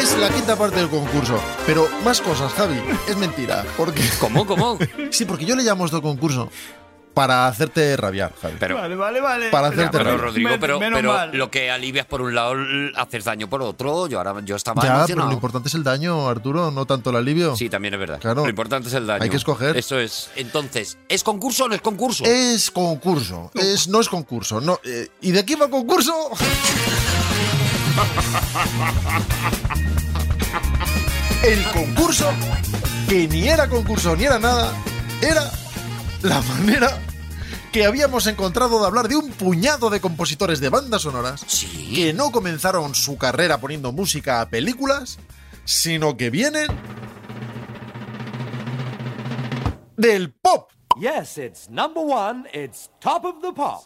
S5: Es la quinta parte del concurso. Pero más cosas, Javi. Es mentira. Porque...
S3: ¿Cómo, cómo?
S5: Sí, porque yo le llamo esto concurso para hacerte rabiar, Javi.
S3: Pero,
S4: Vale, vale, vale.
S5: Para
S3: Ya,
S5: hacerte
S3: pero
S5: rabiar.
S3: Rodrigo,
S4: Men-
S3: pero,
S4: menos
S3: pero
S4: mal.
S3: lo que alivias por un lado, l- haces daño por otro. Yo ahora yo estaba
S5: Ya, pero
S3: emocionado.
S5: lo importante es el daño, Arturo, no tanto el alivio.
S3: Sí, también es verdad.
S5: Claro.
S3: Lo importante es el daño.
S5: Hay que escoger.
S3: Eso es. Entonces, ¿es concurso o no es concurso?
S5: Es concurso, es, no es concurso. No, eh, ¿Y de aquí va concurso? El concurso, que ni era concurso ni era nada, era la manera que habíamos encontrado de hablar de un puñado de compositores de bandas sonoras
S3: Sí.
S5: que no comenzaron su carrera poniendo música a películas, sino que vienen del pop.
S8: Yes, it's number one, it's top of the pop.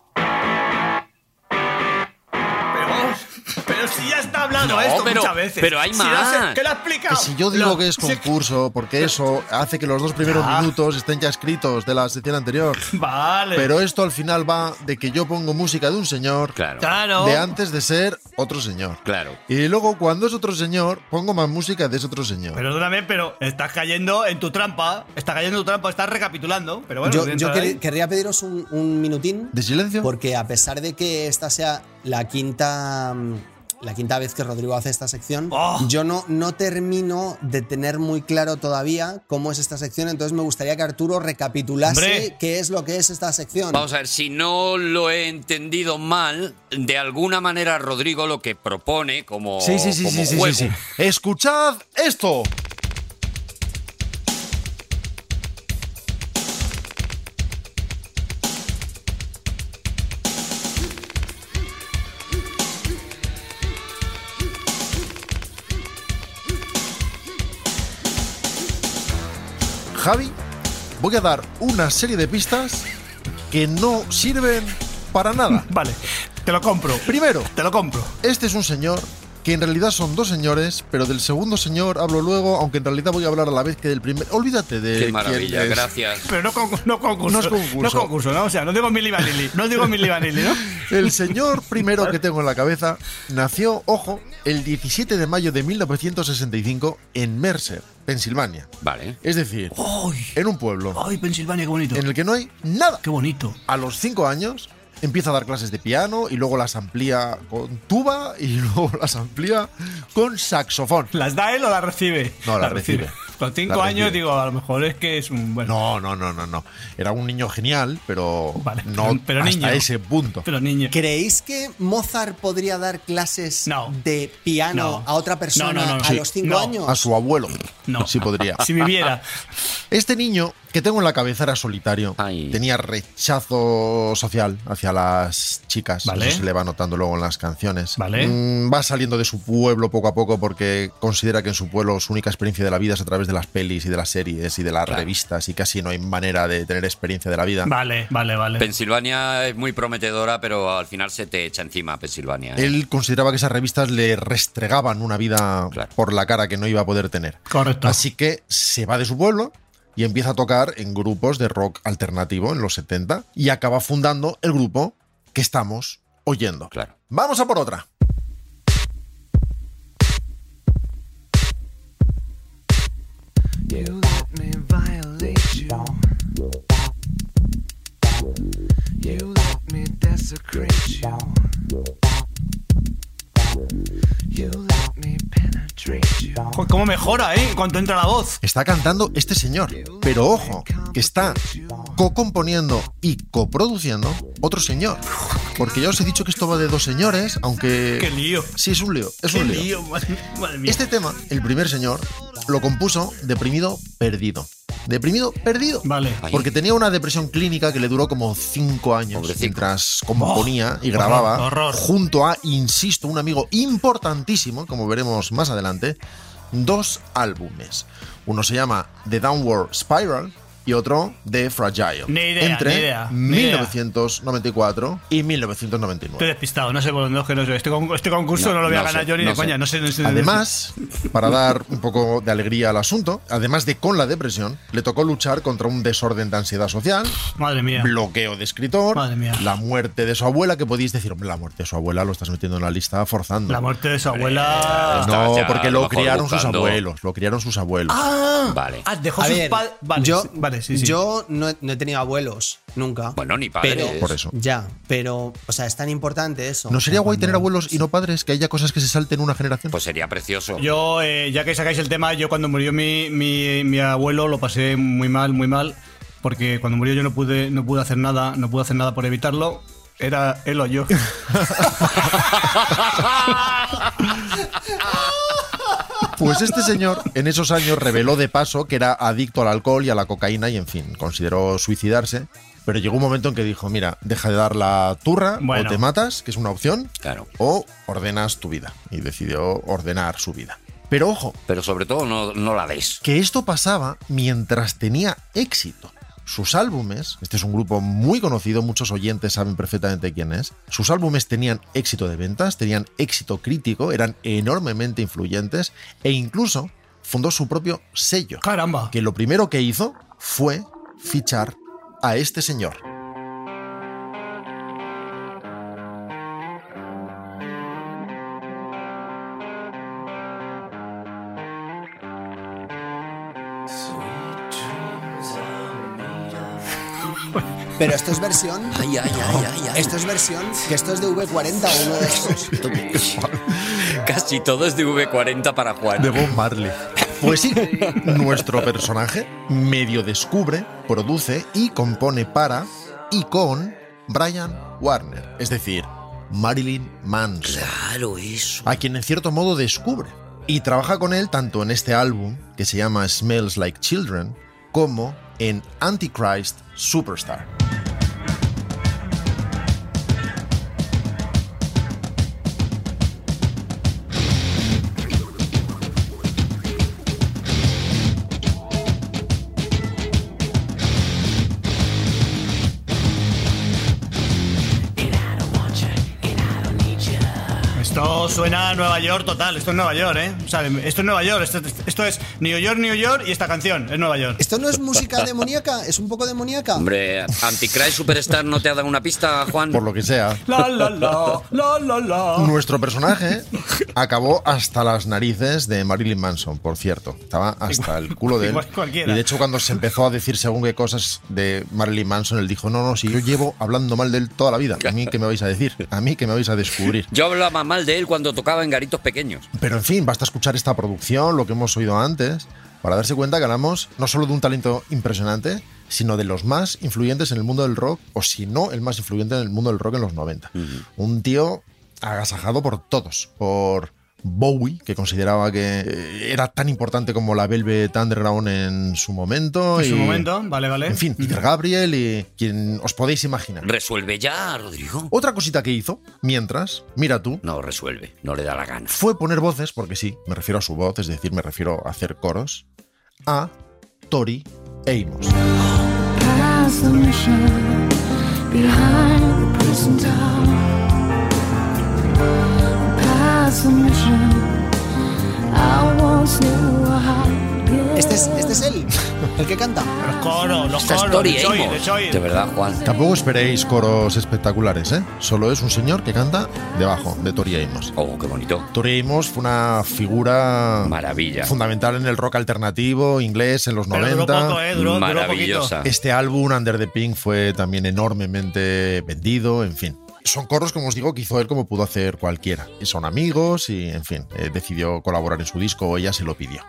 S4: Pero, vamos, pero si ya está hablado
S3: No,
S4: esto
S3: pero-
S4: muchas veces.
S3: pero hay
S4: Si lo hace-
S3: más.
S4: ¿Qué lo ha explicado?
S5: Que si yo digo
S4: Lo-
S5: que es
S4: sí,
S5: concurso, porque eso hace que los dos primeros
S4: Ya.
S5: minutos estén ya escritos de la sección anterior.
S4: Vale.
S5: Pero esto al final va de que yo pongo música de un señor
S3: Claro.
S4: Claro.
S5: de antes de ser otro señor.
S3: Claro.
S5: Y luego cuando es otro señor, pongo más música de ese otro señor.
S4: Perdóname, pero estás cayendo en tu trampa. Estás cayendo en tu trampa, estás recapitulando. Pero bueno,
S1: yo
S4: dentro
S1: yo
S4: de
S1: quer-
S4: ahí-
S1: querría pediros un, un minutín.
S5: ¿De silencio?
S1: Porque a pesar de que esta sea la quinta. mm, La quinta vez que Rodrigo hace esta sección,
S4: Oh.
S1: yo no, no termino de tener muy claro todavía cómo es esta sección, entonces me gustaría que Arturo recapitulase
S4: Hombre.
S1: qué es lo que es esta sección.
S3: Vamos a ver, si no lo he entendido mal, de alguna manera Rodrigo lo que propone como,
S5: Sí, sí, sí,
S3: como
S5: sí, sí,
S3: juego
S5: sí, sí. Escuchad esto. Javi, voy a dar una serie de pistas que no sirven para nada.
S4: Vale, te lo compro.
S5: Primero,
S4: Te lo compro.
S5: este es un señor que en realidad son dos señores, pero del segundo señor hablo luego, aunque en realidad voy a hablar a la vez que del primer. Olvídate de.
S3: Qué
S5: quién
S3: maravilla,
S5: es.
S3: gracias.
S4: Pero no, con- no concurso.
S5: No es concurso.
S4: No concurso, ¿no? O sea, no digo Milli Vanilli. No digo Milli Vanilli, ¿no?
S5: El señor primero que tengo en la cabeza nació, ojo, el 17 de mayo de 1965 en Mercer, Pensilvania.
S3: Vale.
S5: Es decir,
S4: ¡Ay!
S5: en un pueblo
S4: ¡Ay, Pensilvania, qué bonito!
S5: en el que no hay nada.
S4: ¡Qué bonito!
S5: A los cinco años empieza a dar clases de piano y luego las amplía con tuba y luego las amplía con saxofón.
S4: ¿Las da él o las recibe?
S5: No, las
S4: Las
S5: recibe.
S4: Con cinco
S5: Las
S4: años
S5: recibe.
S4: digo, a lo mejor es que es un bueno.
S5: No, no, no, no, no. Era un niño genial, pero
S4: Vale,
S5: no
S4: pero- pero
S5: hasta
S4: niño.
S5: ese punto.
S4: Pero niño.
S1: ¿Creéis que Mozart podría dar clases
S4: No.
S1: de piano
S4: No.
S1: a otra persona
S4: No, no, no, no.
S1: a
S4: Sí.
S1: los cinco
S4: No.
S1: años?
S5: A su abuelo.
S4: No.
S5: Sí podría.
S4: Si viviera.
S5: Este niño que tengo en la cabeza era solitario.
S3: Ay.
S5: Tenía rechazo social hacia las chicas.
S4: Vale.
S5: Eso se le va notando luego en las canciones.
S4: Vale.
S5: Mm, va saliendo de su pueblo poco a poco porque considera que en su pueblo su única experiencia de la vida es a través de las pelis y de las series y de las revistas y casi no hay manera de tener experiencia de la vida.
S4: Vale, vale, vale.
S3: Pensilvania es muy prometedora, pero al final se te echa encima Pensilvania. ¿eh?
S5: Él consideraba que esas revistas le restregaban una vida
S3: Claro.
S5: por la cara que no iba a poder tener.
S4: Correcto.
S5: Así que se va de su pueblo y empieza a tocar en grupos de rock alternativo en los 70 y acaba fundando el grupo que estamos oyendo.
S3: Claro.
S5: Vamos a por otra.
S4: Jo, ¿Cómo mejora, eh? Cuando entra la voz.
S5: Está cantando este señor, pero ojo, que está co-componiendo y coproduciendo otro señor. Porque ya os he dicho que esto va de dos señores, aunque...
S4: ¡Qué lío!
S5: Sí, es un lío, es
S4: ¡Qué
S5: un lío.
S4: lío! Madre, madre mía.
S5: Este tema, el primer señor, lo compuso deprimido perdido. Deprimido perdido.
S4: Vale.
S3: Ay.
S5: Porque tenía una depresión clínica que le duró como cinco años
S3: Pobrecito.
S5: mientras componía y grababa
S4: horror, Oh, horror.
S5: junto a, insisto, un amigo importantísimo, como veremos más adelante, dos álbumes. Uno se llama The Downward Spiral y otro de Fragile.
S4: Ni idea,
S5: entre
S4: ni idea, ni idea.
S5: 1994 y
S4: Estoy
S5: 1999.
S4: despistado, no sé por dónde cogerlo. Este, con- este concurso no,
S9: No,
S4: lo voy a
S9: no
S4: ganar
S9: sé,
S4: yo ni
S9: no
S4: de
S9: sé.
S4: coña. No sé, no sé-
S5: Además, para dar un poco de alegría al asunto, además de con la depresión, le tocó luchar contra un desorden de ansiedad social,
S4: Madre mía.
S5: bloqueo de escritor,
S4: Madre mía.
S5: la muerte de su abuela, que podéis decir, hombre, la muerte de su abuela lo estás metiendo en la lista forzando.
S4: La muerte de su abuela.
S5: eh, no,
S3: Estás ya,
S5: porque
S3: a
S5: lo
S3: mejor,
S5: criaron sus
S3: buscando.
S5: abuelos, lo criaron sus abuelos.
S3: Vale.
S4: Ah, dejó
S1: A
S4: sus
S1: ver,
S4: padres. Vale,
S1: yo,
S4: sí, vale, sí, sí.
S1: yo no, he, no he tenido abuelos nunca.
S3: Bueno, ni padres.
S1: Pero-
S5: Por eso.
S1: Ya, pero, o sea, es tan importante eso.
S5: ¿No sería guay
S1: Cuando-
S5: tener abuelos y no padres? Que haya cosas que se salten una generación.
S3: Pues sería precioso.
S4: Yo, eh, ya que sacáis el tema, yo cuando murió mi, mi, mi abuelo lo pasé muy mal, muy mal, porque cuando murió yo no pude, no pude hacer nada, no pude hacer nada por evitarlo. Era él o yo.
S5: Pues este señor en esos años reveló de paso que era adicto al alcohol y a la cocaína y en fin, consideró suicidarse. Pero llegó un momento en que dijo, mira, deja de dar la turra
S4: Bueno.
S5: o te matas, que es una opción,
S3: Claro.
S5: o ordenas tu vida. Y decidió ordenar su vida. Pero ojo,
S3: Pero sobre todo no, no la des.
S5: que esto pasaba mientras tenía éxito. Sus álbumes, este es un grupo muy conocido, muchos oyentes saben perfectamente quién es, sus álbumes tenían éxito de ventas, tenían éxito crítico, eran enormemente influyentes e incluso fundó su propio sello,
S4: Caramba.
S5: que lo primero que hizo fue fichar a este señor.
S1: Pero esto es versión.
S3: Ay, ay, ay, ay, ay.
S1: Esto es versión. Que esto es de V40 o uno de esos.
S3: Casi todo es de V40 para Juan.
S5: De Bob Marley. Pues sí, nuestro personaje medio descubre, produce y compone para y con Brian Warner, es decir, Marilyn Manson,
S3: Claro, eso.
S5: a quien en cierto modo descubre. Y trabaja con él tanto en este álbum, que se llama Smells Like Children, como en Antichrist Superstar.
S4: Esto suena a Nueva York total, esto es Nueva York, ¿eh? O sea, esto es Nueva York, esto, esto es New York, New York y esta canción es Nueva York.
S1: ¿Esto no es música demoníaca? ¿Es un poco demoníaca?
S3: Hombre, Anticry Superstar no te ha dado una pista, Juan.
S5: Por lo que sea,
S4: La, la, la, la, la, la.
S5: Nuestro personaje acabó hasta las narices de Marilyn Manson, por cierto. Estaba hasta el culo de él.
S4: igual cualquiera.
S5: Y de hecho, cuando se empezó a decir según qué cosas de Marilyn Manson, él dijo: No, no, si yo llevo hablando mal de él toda la vida. ¿A mí qué me vais a decir? ¿A mí qué me vais a descubrir?
S3: Yo hablaba mal de él cuando tocaba en garitos pequeños.
S5: Pero en fin, basta escuchar esta producción, lo que hemos oído antes, para darse cuenta que hablamos no solo de un talento impresionante, sino de los más influyentes en el mundo del rock, o si no, el más influyente en el mundo del rock en los 90. Un tío agasajado por todos, por Bowie, que consideraba que eh, era tan importante como la Velvet Underground en su momento.
S4: En su
S5: y-
S4: momento, ¿eh? vale, vale.
S5: En fin, Peter Gabriel y quien os podéis imaginar.
S3: Resuelve ya, Rodrigo.
S5: Otra cosita que hizo, mientras, mira tú,
S3: No resuelve, no le da la gana.
S5: fue poner voces, porque sí, me refiero a su voz, es decir, me refiero a hacer coros, a Tori Amos.
S6: Pass the mission behind the prison door. Pass the mission I once knew a heart. Yeah.
S1: Este es, este es él, el que canta.
S4: Los coros, los
S3: Esta
S4: coros.
S3: story,
S4: de Choir,
S3: Amos.
S4: de Choir.
S3: De verdad, Juan.
S5: Tampoco esperéis coros espectaculares, ¿eh? Solo es un señor que canta debajo de Tori Amos.
S3: Oh, qué bonito.
S5: Tori Amos fue una figura
S3: Maravilla.
S5: fundamental en el rock alternativo inglés en los
S4: Pero
S5: 90.
S4: duró poco, ¿eh? Duró, duró poquito.
S3: Maravillosa.
S5: Este álbum, Under the Pink, fue también enormemente vendido, en fin. Son coros, como os digo, que hizo él como pudo hacer cualquiera. Y Son amigos y, en fin, eh, decidió colaborar en su disco o ella se lo pidió.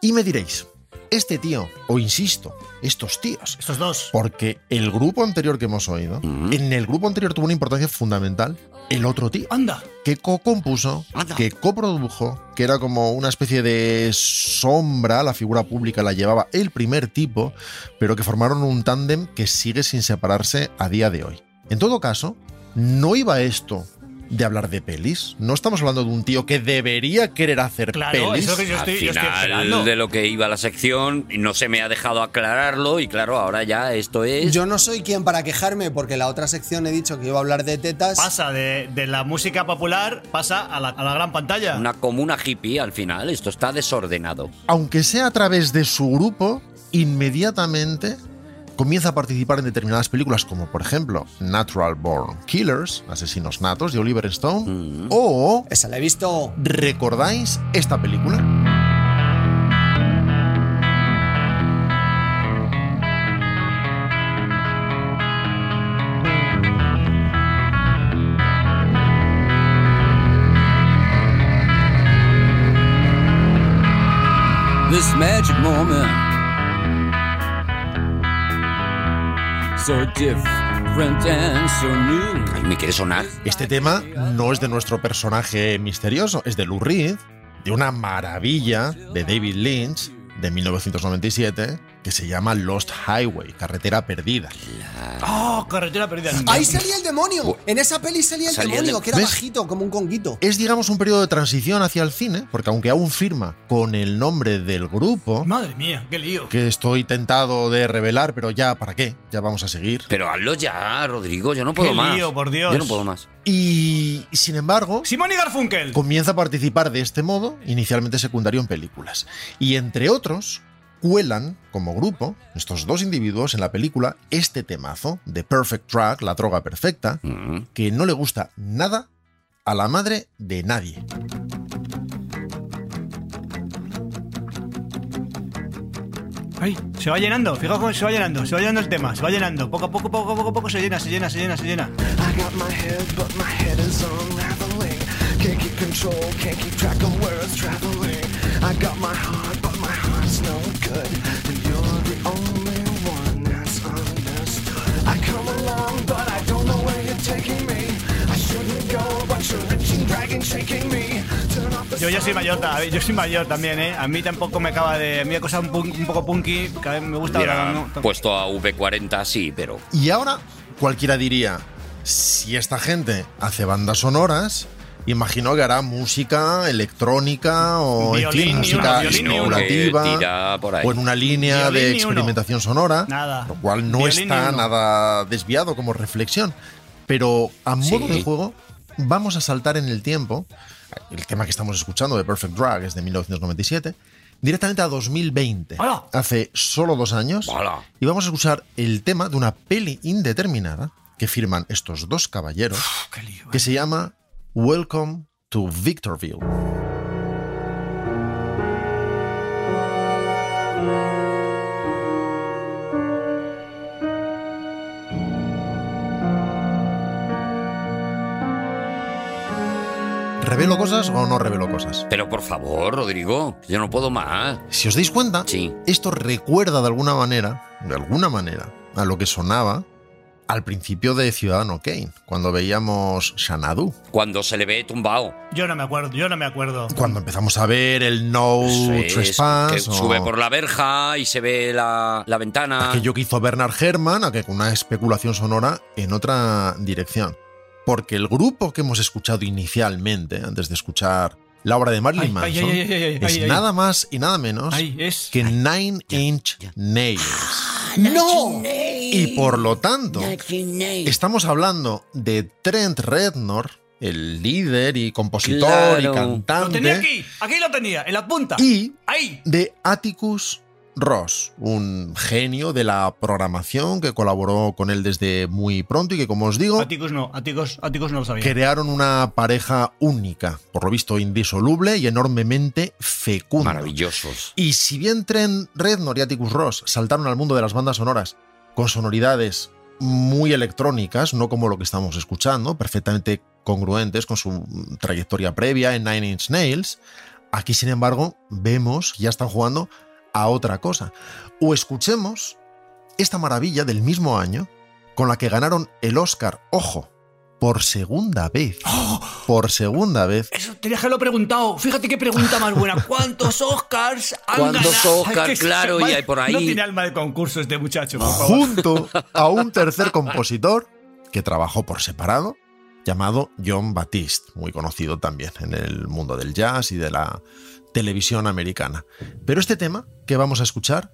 S5: Y me diréis, este tío, o insisto, estos tíos,
S4: Estos dos.
S5: porque el grupo anterior que hemos oído, en el grupo anterior tuvo una importancia fundamental el otro tío,
S4: Anda.
S5: que co-compuso,
S4: Ah,
S3: Anda.
S5: que coprodujo, que era como una especie de sombra, la figura pública la llevaba el primer tipo, pero que formaron un tándem que sigue sin separarse a día de hoy. En todo caso, no iba esto de hablar de pelis. No estamos hablando de un tío que debería querer hacer
S4: Claro,
S5: pelis.
S4: eso que yo estoy, yo
S3: Al
S4: estoy
S3: final
S4: esperando.
S3: de lo que iba la sección, no se me ha dejado aclararlo y claro, ahora ya esto es...
S1: Yo no soy quien para quejarme porque la otra sección he dicho que iba a hablar de tetas.
S4: Pasa de, de la música popular, pasa a la, a la gran pantalla.
S3: Una comuna hippie al final, esto está desordenado.
S5: Aunque sea a través de su grupo, inmediatamente comienza a participar en determinadas películas como por ejemplo Natural Born Killers, Asesinos Natos de Oliver Stone,
S4: Mm.
S5: o
S1: Esa la he visto.
S5: ¿recordáis esta película?
S7: this magic moment. So different and so new.
S3: Ay, ¿Me quiere sonar?
S5: Este tema no es de nuestro personaje misterioso, es de Lou Reed, de una maravilla de David Lynch de 1997 que se llama Lost Highway, Carretera Perdida.
S4: Oh, carretera perdida.
S1: Ahí salía el demonio. En esa peli salía el
S3: Salía el
S1: demonio,
S3: de-
S1: que era
S5: ¿Ves?
S1: bajito, como un conguito.
S5: Es, digamos, un periodo de transición hacia el cine, porque aunque aún firma con el nombre del grupo,
S4: Madre mía, qué lío.
S5: que estoy tentado de revelar, pero ya, ¿para qué? Ya vamos a seguir.
S3: Pero hazlo ya, Rodrigo, yo no puedo
S4: Qué
S3: más.
S4: lío, por Dios.
S3: Yo no puedo más.
S5: Y, sin embargo,
S4: Simón y Garfunkel.
S5: comienza a participar de este modo, inicialmente secundario en películas. Y entre otros, cuelan como grupo, estos dos individuos en la película, este temazo de Perfect Track, la droga perfecta,
S3: Mm.
S5: que no le gusta nada a la madre de nadie.
S4: Ay, se va llenando, fijaos cómo se va llenando, se va llenando el tema, se va llenando. Poco a poco, poco a poco, poco se llena, se llena, se llena, se llena.
S10: I got my head, but my head is unraveling. Can't keep control, can't keep track of where it's traveling. I got my heart, but my heart's no good. And you're the only one that's understood. I come along, but I don't know where you're taking me. I shouldn't go, but you're reaching, dragging, shaking me. Turn off the
S4: Yo ya soy mayor,
S10: sidewalks.
S4: ta- yo soy mayor también, ¿eh? A mí tampoco me acaba de... A mí hay cosas un, pun- un poco punky, que a mí me gusta...
S3: Hubiera
S4: ahora no, tam-
S3: puesto a V40, sí, pero...
S5: Y ahora cualquiera diría, si esta gente hace bandas sonoras, imagino que hará música electrónica o en
S4: Violín,
S5: fin,
S4: ni
S5: música
S4: uno, violín, ni uno.
S3: Que
S5: especulativa
S3: tira por ahí.
S5: o en una línea
S4: Violín,
S5: de
S4: ni uno.
S5: experimentación sonora,
S4: Nada.
S5: lo cual no
S4: Violín, ni
S5: está
S4: uno.
S5: nada desviado como reflexión. Pero a modo
S3: Sí.
S5: de juego vamos a saltar en el tiempo, el tema que estamos escuchando de Perfect Drag es de 1997, directamente a 2020,
S4: ¡Hala!
S5: hace solo dos años.
S3: Hola.
S5: Y vamos a escuchar el tema de una peli indeterminada que firman estos dos caballeros, que se llama Welcome to Victorville. ¿Revelo cosas o no revelo cosas?
S3: Pero por favor, Rodrigo, yo no puedo más.
S5: Si os dais cuenta,
S3: Sí.
S5: esto recuerda de alguna manera, de alguna manera, a lo que sonaba al principio de Ciudadano Kane, cuando veíamos Xanadu,
S3: Cuando se le ve tumbado,
S4: Yo no me acuerdo, yo no me acuerdo.
S5: cuando empezamos a ver el No
S3: Sí,
S5: Trespass,
S3: que
S5: o
S3: sube por la verja y se ve la, la ventana.
S5: aquello que hizo Bernard Herrmann, aqu- con una especulación sonora en otra dirección. Porque el grupo que hemos escuchado inicialmente, antes de escuchar la obra de Marilyn
S4: Ay, ay,
S5: Manson,
S4: ay, ay, ay, ay,
S5: es
S4: ay, ay.
S5: nada más y nada menos
S4: Ahí es...
S5: que Nine Inch Nails.
S3: Ah,
S1: ¡No!
S5: Y por lo tanto, estamos hablando de Trent Reznor, el líder y compositor
S3: Claro.
S5: y
S4: Lo tenía
S5: cantante,
S4: aquí, aquí lo tenía, en la punta.
S5: y
S4: Ahí.
S5: de Atticus Ross, un genio de la programación que colaboró con él desde muy pronto y que, como os
S3: Oh.
S5: digo,
S4: Aticos no, Aticos, Aticos no lo sabía.
S5: crearon una pareja única, por lo visto indisoluble y enormemente fecunda.
S3: Maravillosos.
S5: Y si bien Trent Reznor y Atticus Ross saltaron al mundo de las bandas sonoras con sonoridades muy electrónicas, no como lo que estamos escuchando, perfectamente congruentes con su mm, trayectoria previa en Nine Inch Nails, aquí sin embargo vemos, ya están jugando a otra cosa. O escuchemos esta maravilla del mismo año con la que ganaron el Oscar, ojo, por segunda vez, por segunda vez,
S4: Eso tenías que haberlo preguntado. Fíjate qué pregunta más buena. ¿Cuántos Oscars han
S3: ¿Cuántos
S4: ganado?
S3: Oscars,
S4: Ay, que se-
S3: claro, y
S4: vale,
S3: hay por ahí.
S4: No tiene alma de concurso este muchacho, por favor.
S5: junto a un tercer compositor que trabajó por separado, llamado John Baptiste, muy conocido también en el mundo del jazz y de la televisión americana. Pero este tema que vamos a escuchar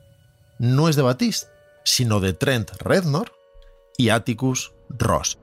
S5: no es de Baptiste, sino de Trent Reznor y Atticus Ross.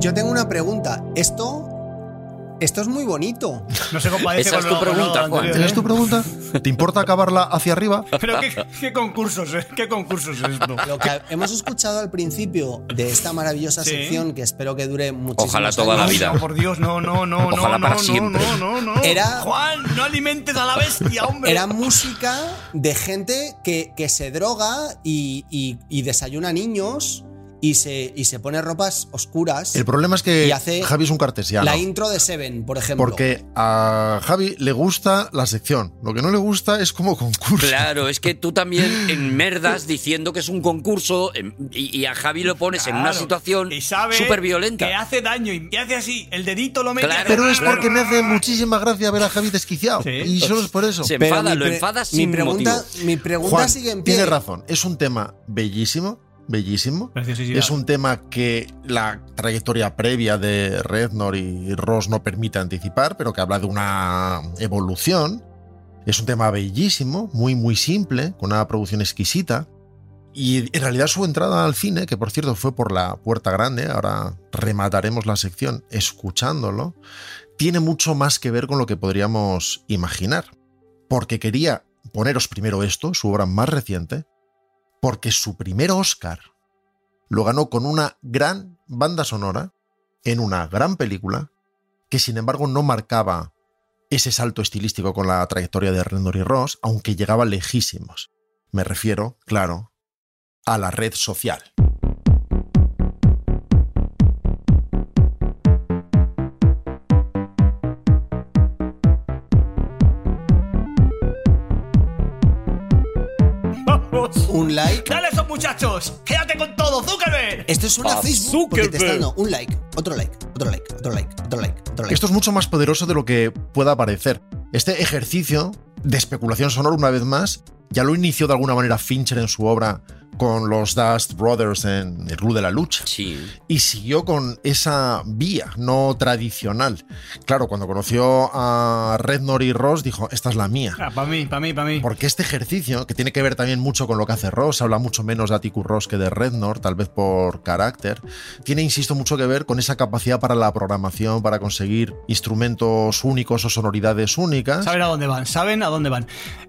S1: Yo tengo una pregunta. Esto. Esto es muy bonito.
S4: No se compadece
S3: Esa
S4: con
S3: es tu
S4: lo- con lo
S3: pregunta, Juan.
S4: anterior,
S5: ¿Tienes
S4: ¿eh?
S5: tu pregunta? ¿Te importa acabarla hacia arriba?
S4: Pero qué, qué concursos, eh? qué concursos es esto.
S1: Lo que hemos escuchado al principio de esta maravillosa
S4: Sí.
S1: sección que espero que dure muchísimo.
S3: Ojalá toda la
S4: Ay,
S3: vida.
S4: No, por Dios, no, no, no, no,
S3: Ojalá
S4: no,
S3: para
S4: no,
S3: siempre.
S4: no, no, no.
S1: Era-
S4: Juan, no alimentes a la bestia, hombre.
S1: Era música de gente que, que se droga y, y- y desayuna niños y se, y se pone ropas oscuras.
S5: El problema es que
S1: Y hace
S5: Javi es un cartesiano.
S1: La intro de Seven, por ejemplo.
S5: Porque a Javi le gusta la sección. Lo que no le gusta es como concurso.
S3: Claro, es que tú también enmerdas diciendo que es un concurso em, y, y a Javi lo pones en una
S4: Claro.
S3: situación
S4: Y sabe
S3: súper violenta.
S4: Que hace daño y y hace así, el dedito lo mete.
S3: Claro.
S5: Pero es porque me hace muchísima gracia ver a Javi desquiciado.
S4: Sí.
S5: Y solo es por eso.
S3: Se
S1: Pero
S3: enfada,
S1: mi
S3: lo
S1: pre-
S3: enfadas
S1: mi
S3: sin
S1: pregunta,
S3: motivo.
S1: Mi pregunta
S5: Juan,
S1: sigue en pie.
S5: tiene razón. Es un tema bellísimo, bellísimo.
S4: Preciosidad.
S5: Es un tema que la trayectoria previa de Rednor y Ross no permite anticipar, pero que habla de una evolución. Es un tema bellísimo, muy, muy simple, con una producción exquisita. Y en realidad su entrada al cine, que por cierto fue por la puerta grande, ahora remataremos la sección escuchándolo, tiene mucho más que ver con lo que podríamos imaginar. Porque quería poneros primero esto, su obra más reciente, porque su primer Oscar lo ganó con una gran banda sonora, en una gran película, que sin embargo no marcaba ese salto estilístico con la trayectoria de Rendor y Ross, aunque llegaba lejísimos. Me refiero, claro, a la red social.
S4: Vamos.
S1: Un like.
S4: Dale a esos muchachos. Quédate con todo, Zuckerberg.
S1: Esto es una Facebook porque te está dando un like, otro like, otro like, otro like, otro like, otro like.
S5: Esto es mucho más poderoso de lo que pueda parecer. Este ejercicio de especulación sonora, una vez más, ya lo inició de alguna manera Fincher en su obra con los Dust Brothers en El Club de la Lucha.
S3: Sí.
S5: y siguió con esa vía no tradicional. Claro, cuando conoció a Rednor y Ross dijo, esta es la mía.
S4: para Ah, mí, para mí, para mí.
S5: Porque este ejercicio, que tiene que ver también mucho con lo que hace Ross, habla mucho menos de Atticus Ross que de Rednor, tal vez por carácter, tiene, insisto, mucho que ver con esa capacidad para la programación, para conseguir instrumentos únicos o sonoridades únicas.
S4: Saben a dónde van, saben a dónde van.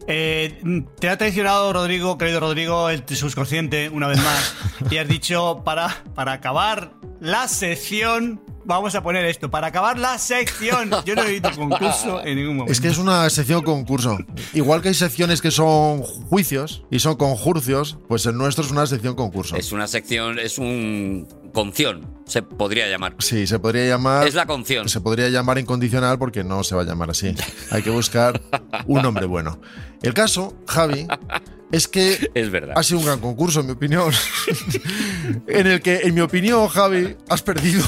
S4: Eh, te ha traicionado Rodrigo, querido Rodrigo, el subconsciente, una vez más. y has dicho, para, para acabar la sección, vamos a poner esto, para acabar la sección. Yo no he visto concurso en ningún momento.
S5: Es que es una sección concurso. Igual que hay secciones que son juicios y son conjurcios, pues el nuestro es una sección concurso.
S3: Es una sección, es un conción, se podría llamar.
S5: Sí, se podría llamar.
S1: Ah,
S3: Es la conción.
S5: Se podría llamar incondicional porque no se va a llamar así. Hay que buscar un nombre bueno. El caso, Javi, es que
S3: Es verdad.
S1: Ah,
S5: ha sido un gran concurso, en mi opinión. en el que, en mi opinión, Javi, has perdido.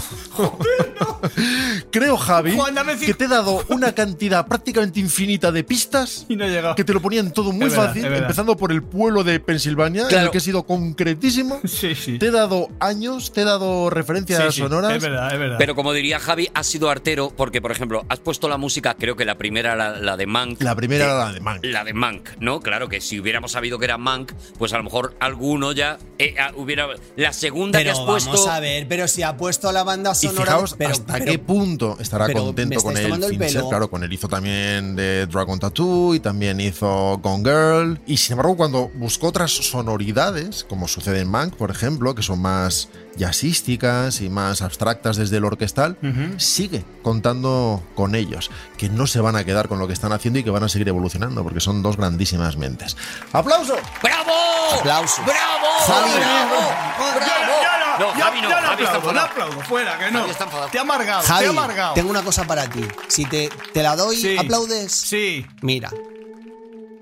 S5: Creo, Javi,
S4: Juan, dame cinco.
S5: que te he dado una cantidad prácticamente infinita de pistas
S4: Y no he llegado.
S5: que te lo ponían todo muy
S4: Es verdad,
S5: fácil,
S4: es verdad.
S5: empezando por el pueblo de Pensilvania, en
S3: Claro.
S5: el que he sido concretísimo.
S4: Sí, sí.
S5: Te he dado años, te he dado referencias
S4: Sí, sí,
S5: sonoras.
S4: es verdad, es verdad.
S3: Pero como diría Javi, has sido artero porque, por ejemplo, has puesto la música, creo que la primera era la de Mank.
S5: La primera era la de Mank.
S3: La de Mank, ¿no? Claro que si hubiéramos sabido que era Mank, pues a lo mejor alguno ya eh, ah, hubiera. La segunda que
S1: Pero
S3: has
S1: vamos
S3: puesto.
S1: a ver, pero si ha puesto la banda
S5: Y
S1: sonora.
S5: fijaos
S1: pero,
S5: hasta
S1: pero-
S5: qué punto estará
S1: pero me
S5: contento
S1: estáis
S5: con él
S1: tomando el
S5: Fincher.
S1: pelo.
S5: Claro, con él hizo también de Dragon Tattoo y también hizo Gone Girl. Y sin embargo, cuando buscó otras sonoridades, como sucede en Mank, por ejemplo, que son más jazzísticas y más abstractas desde el orquestal,
S4: Ujú.
S5: sigue contando con ellos, que no se van a quedar con lo que están haciendo y que van a seguir evolucionando, porque son dos grandísimas mentes. ¡Aplauso!
S3: ¡Bravo!
S1: Aplausos.
S3: ¡Bravo!
S1: Javi.
S3: ¡Bravo! ¡Bravo!
S4: Yo
S3: No,
S4: yo-
S3: Javi no,
S4: yo le
S3: Javi está
S4: aplaudo, le
S3: enfadado.
S4: aplaudo, fuera, que no.
S3: Javi está enfadado.
S4: Te ha amargado,
S1: Javi,
S4: te ha amargado.
S1: tengo una cosa para ti. Si te, te la doy,
S4: Sí.
S1: ¿aplaudes?
S4: Sí.
S1: Mira.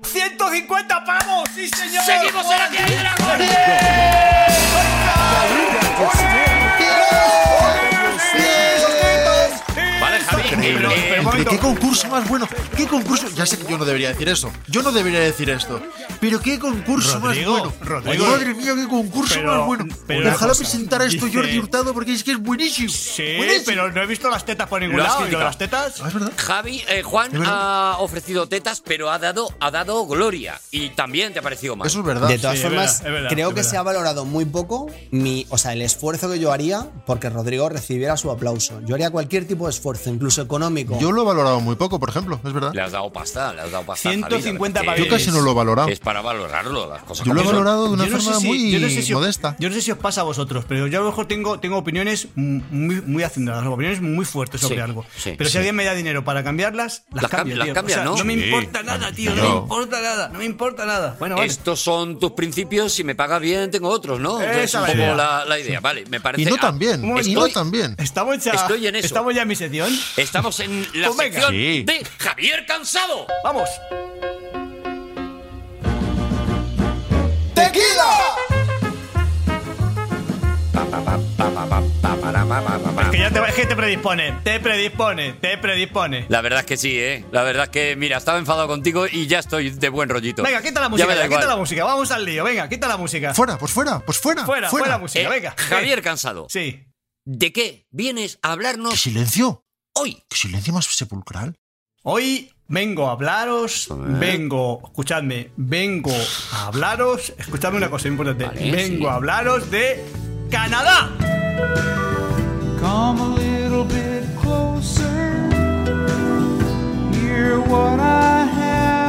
S4: 150 pavos, sí señor.
S3: ¡Seguimos en la tierra de dragones! Vale, Javi.
S5: Increíble.
S3: eh, eh,
S4: pero-
S5: Entre qué concurso más bueno, qué concurso. Ya sé que yo no debería decir eso. Yo no debería decir esto. Pero qué concurso
S4: Rodrigo,
S5: más bueno.
S4: Rodrigo.
S5: Madre mía, qué concurso
S4: Pero-
S5: más bueno.
S4: pero
S5: Ojalá
S4: cosa,
S5: presentara esto
S4: dice-
S5: Jordi Hurtado porque es que es buenísimo.
S4: Sí,
S5: Buenísimo.
S4: pero no he visto las tetas por ningún
S3: Lo has
S4: lado. ¿Y lo de
S3: criticado.
S4: las tetas?
S5: Ah, es verdad.
S3: Javi, eh, Juan
S5: Es verdad.
S3: ha ofrecido tetas, pero ha dado, ha dado gloria. Y también te ha parecido mal.
S5: Eso es verdad.
S1: De todas
S4: Sí, es
S1: formas,
S4: verdad, es verdad,
S1: creo
S4: es
S1: que se
S4: verdad.
S1: ha valorado muy poco mi, o sea, el esfuerzo que yo haría porque Rodrigo recibiera su aplauso. Yo haría cualquier tipo de esfuerzo, incluso económico.
S5: Yo lo he valorado muy poco, por ejemplo, es verdad.
S3: Le has dado pasta, le has dado pasta.
S4: 150
S3: Javi, la verdad
S4: paveles.
S5: Yo casi no lo he valorado.
S3: que Es para valorarlo, las cosas
S5: Yo lo he
S3: como son.
S5: valorado de una
S4: Yo no sé
S5: forma
S4: si-
S5: muy
S4: yo no sé si os-
S5: modesta.
S4: Yo no sé si os pasa a vosotros, pero yo a lo mejor tengo, tengo opiniones m- muy, muy hacendadas, opiniones muy fuertes sobre
S3: Sí,
S4: algo.
S3: sí,
S4: pero si
S3: sí.
S4: alguien me da dinero para cambiarlas, las,
S3: Las cam-
S4: cambio.
S3: las
S4: tío.
S3: cambia,
S4: O sea,
S3: ¿no?
S4: me
S3: Sí,
S4: importa nada, tío. No me
S5: claro.
S4: importa nada. No me importa nada. Bueno, vale.
S3: Estos son tus principios, si me paga bien tengo otros, ¿no?
S4: Esa
S3: Entonces,
S4: es la
S3: un poco
S4: idea.
S3: la, la idea, vale, me parece...
S5: Y no
S3: ah,
S5: tan bien.
S4: un momento.
S5: Y no
S3: Estoy-
S5: tan bien.
S4: Estamos ya,
S3: Estoy en eso.
S4: Estamos ya en mi sección.
S3: Estamos en la
S4: Pues venga.
S3: sección
S5: Sí.
S3: de Javier Cansado.
S4: Vamos. Es que ya te, es que te predispone. Te predispone. Te predispone.
S3: La verdad es que sí, ¿eh? La verdad es que, mira, estaba enfadado contigo y ya estoy de buen rollito.
S4: Venga, quita la
S3: Ya
S4: música.
S3: me da
S4: ya, quita
S3: igual.
S4: la música. Vamos al lío. Venga, quita la música.
S5: Fuera, pues fuera, pues fuera.
S4: Fuera, fuera, la música.
S3: Eh,
S4: venga.
S3: Javier Cansado,
S4: Sí.
S3: ¿de qué vienes a
S5: Qué
S3: hablarnos
S5: silencio.
S3: hoy?
S5: Qué silencio más sepulcral.
S4: Hoy vengo a hablaros, vengo, escuchadme, vengo a hablaros, escuchadme una cosa importante,
S3: Vale, sí.
S4: vengo a hablaros de Canadá.
S7: Come a little bit closer. Hear what I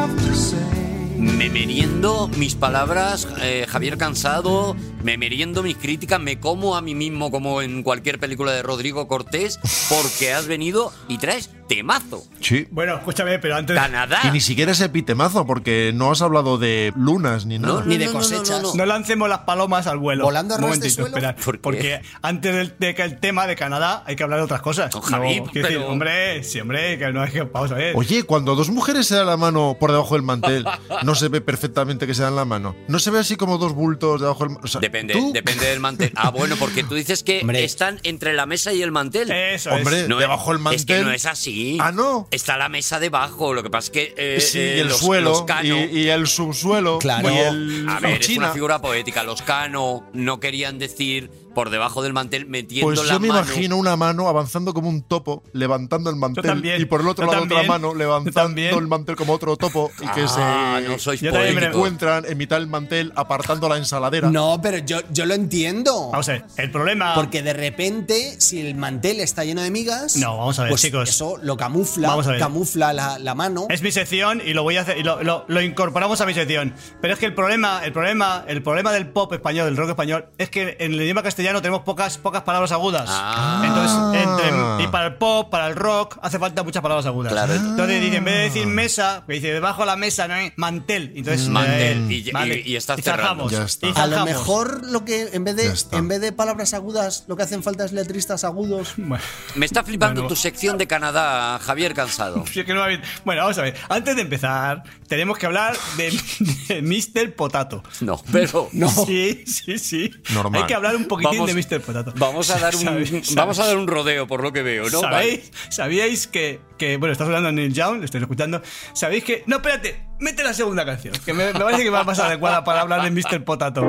S7: have to say.
S3: Me meriendo mis palabras, eh, Javier Cansado, me meriendo mis críticas, me como a mí mismo como en cualquier película de Rodrigo Cortés, porque has venido y traes temazo.
S5: Sí.
S4: Bueno, escúchame, pero antes...
S3: Canadá.
S5: Y ni siquiera es epitemazo, porque no has hablado de lunas ni
S3: No,
S5: nada.
S1: Ni de
S3: no, no, no,
S1: cosechas.
S3: no, no.
S4: No lancemos las palomas al vuelo.
S1: ¿Volando a
S4: Un
S1: ras de
S4: momentito,
S1: suelo?
S4: esperad,
S3: ¿Por qué?
S4: Porque antes del de que el tema de Canadá hay que hablar de otras cosas.
S3: No, Javi,
S4: quiero decir,
S3: pero-
S4: hombre, sí, hombre, que no hay que... Vamos a ver.
S5: Oye, cuando dos mujeres se dan la mano por debajo del mantel, no se ve perfectamente que se dan la mano. No se ve así como dos bultos debajo del mantel.
S3: Depende, depende del mantel. Ah, bueno, porque tú dices que están entre la mesa y el mantel.
S4: Eso es.
S5: Hombre,
S3: No,
S5: debajo del mantel.
S3: Es que no es así.
S5: Ah, no.
S3: Está la mesa debajo. Lo que pasa es que. eh,
S5: Sí,
S3: eh,
S5: y el
S3: los-
S5: suelo.
S3: los Cano-
S5: y, y el subsuelo.
S1: Claro.
S5: Y el.
S3: A ver, es
S5: China.
S3: una figura poética. Los Cano no querían decir por debajo del mantel metiendo
S5: Pues
S3: la
S5: yo me
S3: mano.
S5: imagino una mano avanzando como un topo, levantando el
S4: Yo
S5: mantel.
S4: también,
S5: y por el otro
S4: yo
S5: lado
S4: también,
S5: otra mano,
S4: yo
S5: levantando
S4: también.
S5: el mantel como otro topo. Y que
S3: Ah,
S5: se.
S3: no sois
S4: Yo también me
S3: poéticos.
S5: encuentran en mitad del mantel, apartando la ensaladera.
S1: No, pero yo, yo lo entiendo.
S4: Vamos a ver, el problema...
S1: Porque de repente, si el mantel está lleno de migas.
S4: No, vamos a ver,
S1: pues
S4: chicos.
S1: Eso lo camufla,
S4: Vamos a ver.
S1: camufla la, la mano.
S4: Es mi sección y lo voy a hacer y lo, lo- lo incorporamos a mi sección. Pero es que el problema, el problema, el problema del pop español, del rock español, es que en el idioma castellano tenemos pocas, pocas palabras agudas.
S3: Ah.
S4: Entonces, entre- y para el pop, para el rock, hace falta muchas palabras agudas.
S3: Claro.
S4: Entonces dice, en vez de decir mesa, que dice debajo de la mesa, no hay mantel. Entonces,
S3: Mantel.
S4: eh,
S3: Y- y- y estás cerrando.
S4: zanjamos,
S5: Ya está.
S4: y
S1: a lo
S4: zanjamos.
S1: mejor lo que en vez
S5: Ya
S1: de
S5: está.
S1: en vez de palabras agudas, lo que hacen falta es letristas agudos.
S4: Bueno,
S3: Me está flipando
S4: Bueno.
S3: tu sección de Canadá, Javier Cansado.
S4: si es que no habéis- bueno, vamos a ver. Antes de empezar, tenemos que hablar de, de Mr. Potato.
S3: No, pero.
S4: Sí, sí, sí.
S5: Normal.
S4: Hay que hablar un
S3: Vamos-
S4: poquitín de Mr. Potato.
S3: Vamos a dar un,
S4: ¿Sabéis- sabéis-
S3: vamos a dar un rodeo por lo que veo, ¿no? Vale.
S4: ¿Sabéis? ¿Sabíais que, que- Bueno, estás hablando de Neil Young, lo estoy escuchando. ¿Sabéis que.? No, espérate, mete la segunda canción. Que me, me parece que va a pasar adecuada para hablar de Mr. Potato.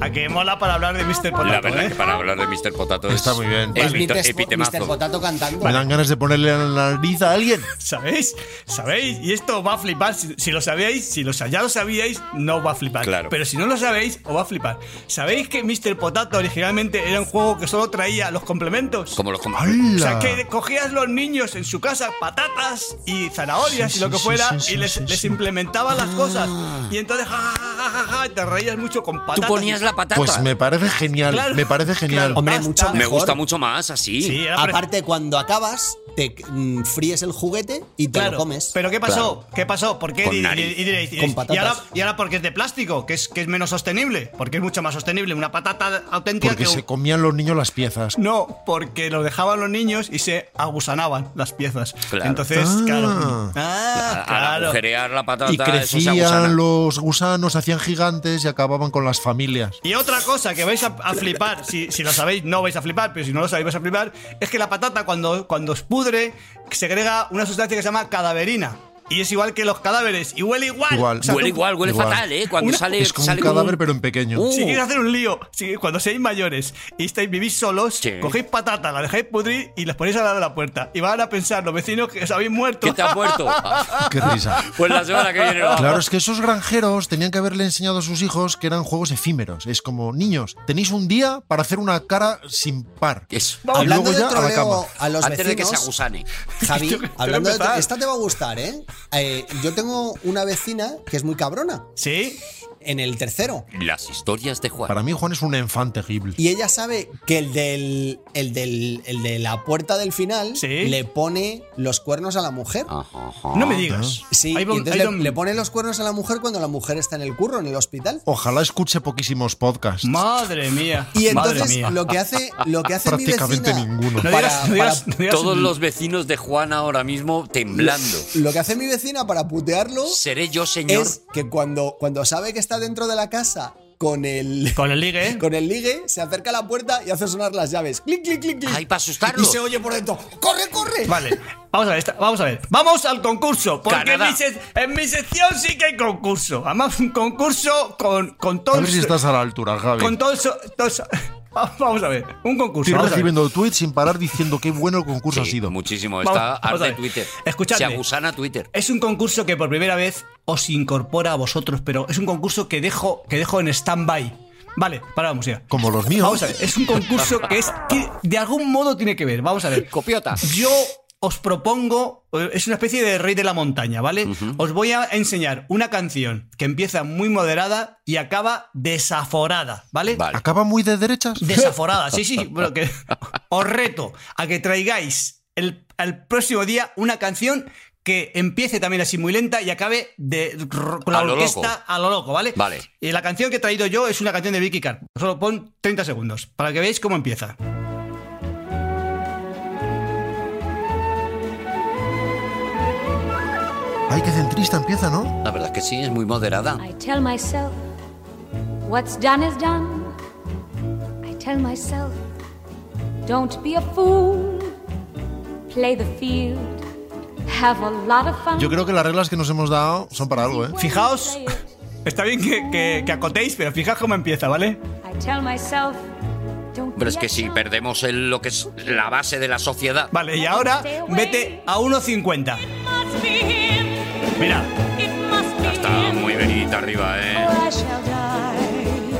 S4: A que mola para hablar de Mr. Potato.
S3: La verdad
S4: ¿eh?
S3: que para hablar de Mr. Potato
S5: Está
S3: es-
S5: muy bien.
S3: Es
S1: Mr.
S3: mito-
S1: Spo- Mr.
S3: epitemazo.
S1: Potato cantando.
S5: Me dan ganas de ponerle la nariz a alguien.
S4: ¿Sabéis? ¿Sabéis? Y esto va a flipar. Si, si lo sabíais, si los ya lo sabíais, no os va a flipar.
S3: Claro.
S4: Pero si no lo sabéis, os va a flipar. ¿Sabéis que Mr. Potato originalmente era un juego que solo traía los complementos?
S3: Como los com-
S4: O sea,
S5: ¡Hala!
S4: que cogías los niños en su casa patatas y zanahorias
S5: Sí,
S4: y lo que
S5: sí,
S4: fuera
S5: sí, sí,
S4: y les,
S5: sí,
S4: les
S5: sí. Ah.
S4: implementabas las cosas. Y entonces, ja, ja, ja, ja, ja, ja, te reías mucho con
S3: Tú
S4: patatas.
S3: ponías la patata.
S5: Pues me parece genial.
S4: Claro.
S5: Me parece genial.
S4: Claro.
S1: Hombre,
S4: Basta.
S1: mucho mejor.
S3: Me gusta mucho más así.
S4: Sí, era pre-
S1: Aparte, cuando acabas, te mm, fríes el juguete y te lo comes.
S4: Pero ¿qué pasó? ¿Qué pasó? ¿Por qué?
S3: Con
S4: Y- y-
S3: nariz.
S4: y diréis,
S1: Con
S4: diréis,
S1: patatas.
S4: y, ahora, y ahora porque es de plástico, que es, que es menos sostenible, porque es mucho más sostenible una patata auténtica
S5: Porque
S4: que
S5: se
S4: un-
S5: comían los niños las piezas.
S4: No, porque lo dejaban los niños y se agusanaban las piezas.
S3: Claro.
S4: Entonces,
S5: Ah.
S4: claro.
S3: Al-
S4: Ah,
S3: al
S4: claro.
S3: agujerear la patata,
S5: Y
S3: eso se agusana.
S5: crecían los gusanos, hacían gigantes y acababan con las familias.
S4: Y otra cosa que vais a, a flipar, si, si lo sabéis no vais a flipar, pero si no lo sabéis vais a flipar, es que la patata cuando, cuando os pudre segrega una sustancia que se llama cadaverina. Y es igual que los cadáveres, y huele igual.
S5: Igual.
S4: O sea,
S3: huele
S4: tú-
S3: igual, huele
S5: igual.
S3: fatal, ¿eh? Cuando
S4: Una-
S3: sale.
S5: Es como un
S3: sale
S5: cadáver, pero en pequeño.
S3: Uh,
S4: Si queréis hacer un lío, si- cuando seáis mayores y estáis vivís solos,
S3: Sí.
S4: cogéis patatas, las dejáis pudrir y las ponéis al lado de la puerta. Y van a pensar los vecinos que os habéis muerto.
S3: que te ha muerto.
S5: Qué risa.
S3: Pues la semana que viene lo vamos.
S5: Claro, es que esos granjeros tenían que haberle enseñado a sus hijos que eran juegos efímeros. Es como, niños, tenéis un día para hacer una cara sin par.
S3: Eso.
S5: Y
S1: Hablando
S5: luego
S1: de
S5: ya a la cama.
S1: troleo a los
S3: Antes de que se
S1: vecinos,
S3: agusane.
S1: Javi,
S4: Yo quiero
S1: hablando de
S4: empezar.
S1: esta te va a gustar, ¿eh? Eh, Yo tengo una vecina que es muy cabrona
S4: Sí,
S1: en el tercero
S3: Las historias de Juan.
S5: Para mí, Juan es un enfant terrible.
S1: y ella sabe que el del el del el de la puerta del final
S4: Sí.
S1: le pone los cuernos a la mujer.
S5: Ah.
S3: Ajá, ajá.
S4: no me digas.
S1: Sí,
S4: Ahí
S1: y
S4: va un-
S1: entonces
S4: ahí
S1: le,
S4: va un-
S1: le pone los cuernos a la mujer cuando la mujer está en el curro, en el hospital.
S5: Ojalá escuche poquísimos podcasts.
S4: Madre mía.
S1: Y
S4: madre
S1: entonces
S4: mía.
S1: lo que hace, lo que hace mi
S5: Prácticamente
S1: vecina
S5: ninguno.
S4: No
S1: para-
S4: digas, no digas-
S1: para
S4: no digas-
S3: Todos los vecinos de Juan ahora mismo temblando.
S1: Lo que hace mi vecina para putearlo
S3: Seré yo, señor.
S1: es que cuando, cuando sabe que está dentro de la casa con el,
S4: Con el ligue, ¿eh?
S1: con el ligue, se acerca a la puerta y hace sonar las llaves. Clic, clic, clic, clic.
S3: Ay, para
S1: Y
S3: asustarlos.
S1: se oye por dentro. ¡Corre, corre!
S4: Vale, vamos a ver, esta- vamos a ver. Vamos al concurso, porque en
S3: Canadá.
S4: mi, sec- en mi sección sí que hay concurso. Además, un concurso con, con todo
S5: A
S4: el
S5: ver si
S4: so-
S5: estás a la altura, Javi.
S4: Con todo el so- todo el so- Vamos a ver, un concurso.
S5: Estoy
S4: Pues vamos a ver.
S5: recibiendo tweets sin parar diciendo qué bueno el concurso ha
S3: Sí,
S5: sido.
S3: Muchísimo.
S4: Vamos,
S3: Está
S4: vamos a
S3: arte
S4: ver.
S3: Twitter.
S4: Escuchadme.
S3: Se agusana Twitter.
S4: Es un concurso que por primera vez os incorpora a vosotros, pero es un concurso que dejo, que dejo en stand-by. Vale, para la música.
S5: Como los míos.
S4: Vamos a ver, es un concurso que es que de algún modo tiene que ver. Vamos a ver.
S3: Copiota.
S4: Yo os propongo, eh, es una especie de rey de la montaña, ¿vale? Os voy a enseñar una canción que empieza muy moderada y acaba desaforada, ¿vale?
S3: Vale.
S5: ¿Acaba muy de derechas?
S4: Desaforada, sí, sí. Bueno, que os reto a que traigáis el, al próximo día una canción que empiece también así muy lenta y acabe de, con la
S3: A lo
S4: orquesta
S3: loco.
S4: a lo loco, ¿vale?
S3: Vale.
S4: Y la canción que he traído yo es una canción de Vicky Carr. Solo pon 30 segundos para que veáis cómo empieza.
S5: Ay, qué centrista empieza, ¿no?
S3: La verdad es que sí, es muy moderada.
S6: I tell myself what's done is done. I tell myself don't be a fool. Play the field. Have a lot of fun.
S5: Yo creo que las reglas que nos hemos dado son para algo, ¿eh?
S4: Fijaos, está bien que, que- que acotéis, pero fijaos cómo empieza, ¿vale?
S6: I tell myself don't
S3: Pero es
S6: be
S3: que
S6: a
S3: si
S6: chump.
S3: perdemos el- lo que es la base de la sociedad.
S4: Vale, y ahora vete a 1.50.
S6: Must be him.
S4: Mira,
S6: It must be
S3: Está
S6: him.
S3: muy venidita arriba,
S6: Or
S3: ¿eh?
S6: I shall die.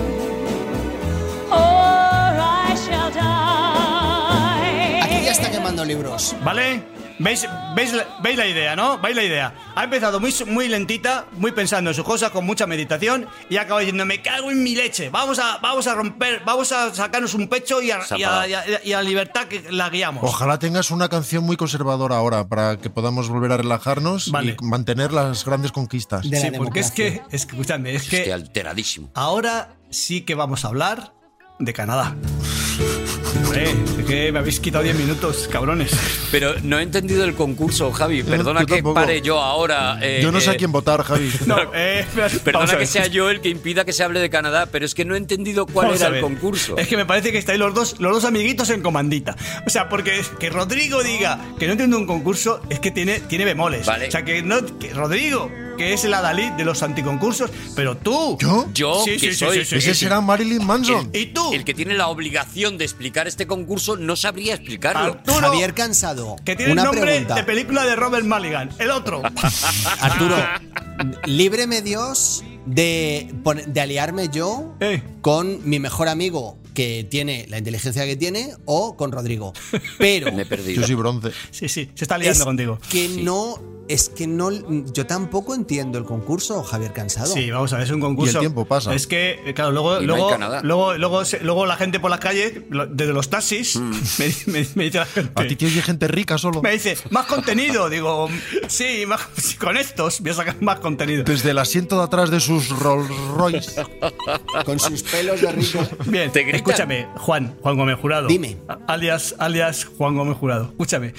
S6: Or I shall die.
S1: Aquí ya está quemando libros.
S4: ¿vale? ¿Veis, veis, la, veis la idea, no? ¿Veis la idea? Ha empezado muy, muy lentita, muy pensando en sus cosas, con mucha meditación, y ha acabado diciendo, me cago en mi leche, vamos a, vamos a romper, vamos a sacarnos un pecho y a,
S3: Se ha
S4: y a- y a- y a libertad que la guiamos.
S5: Ojalá tengas una canción muy conservadora ahora para que podamos volver a relajarnos
S4: Vale.
S5: y mantener las grandes conquistas.
S1: De la
S4: Sí, porque es que,
S1: democracia.
S4: es que, escuchadme, es
S3: Estoy
S4: que
S3: alteradísimo.
S4: ahora sí que vamos a hablar de Canadá. Hombre, es que me habéis quitado 10 minutos, cabrones.
S3: Pero no he entendido el concurso, Javi. Perdona
S5: yo
S3: que
S5: tampoco.
S3: pare yo ahora. eh,
S5: Yo no sé a
S3: eh,
S5: quién votar, Javi.
S4: No, eh, espera, vamos a
S3: Perdona que
S4: ver.
S3: sea yo el que impida que se hable de Canadá, pero es que no he entendido cuál
S4: Vamos a
S3: era el
S4: ver.
S3: concurso.
S4: Es que me parece que estáis los dos, los dos amiguitos en comandita. O sea, porque que Rodrigo diga que no entiendo un concurso es que tiene, tiene bemoles.
S3: Vale.
S4: O sea, que, no, que Rodrigo, que es el Adalid de los anticoncursos, pero tú.
S5: ¿Yo?
S3: Yo,
S4: Sí,
S3: que
S4: sí, sí,
S3: soy-
S4: sí, sí,
S5: Ese
S4: sí.
S5: será Marilyn Manson.
S4: ¿Y tú?
S3: El que tiene la obligación de explicar este concurso no sabría explicarlo.
S4: Arturo,
S1: Javier Cansado,
S4: que tiene
S1: una
S4: nombre
S1: pregunta.
S4: de película de Robert Mulligan. El otro.
S1: Arturo,
S4: Ah.
S1: líbreme Dios de, pon- de aliarme yo
S4: Eh.
S1: con mi mejor amigo que tiene la inteligencia que tiene o con Rodrigo. Pero
S3: Me he
S4: eh,
S3: perdido.
S5: Yo soy bronce.
S4: Sí, sí, se está
S1: es
S4: liando contigo.
S1: que no es que no yo tampoco entiendo el concurso, Javier Cansado.
S4: Sí, vamos a ver, es un concurso.
S5: Y el tiempo pasa.
S4: Es que, eh, claro, luego,
S3: Y no hay
S4: luego,
S3: Canadá.
S4: luego, luego, se- luego la gente por las calles, lo- desde los taxis,
S3: Mm.
S4: me, me- me dice la gente.
S5: A ti te oye gente rica solo.
S4: Me dice, más contenido. Digo, sí, más- sí, con estos voy a sacar más contenido.
S5: Desde el asiento de atrás de sus Rolls Royce.
S1: Con sus pelos de rico.
S4: Bien,
S3: ¿Te gritan?
S4: escúchame, Juan, Juan Gómez Jurado.
S1: Dime.
S4: A- Alias, alias Juan Gómez Jurado. Escúchame.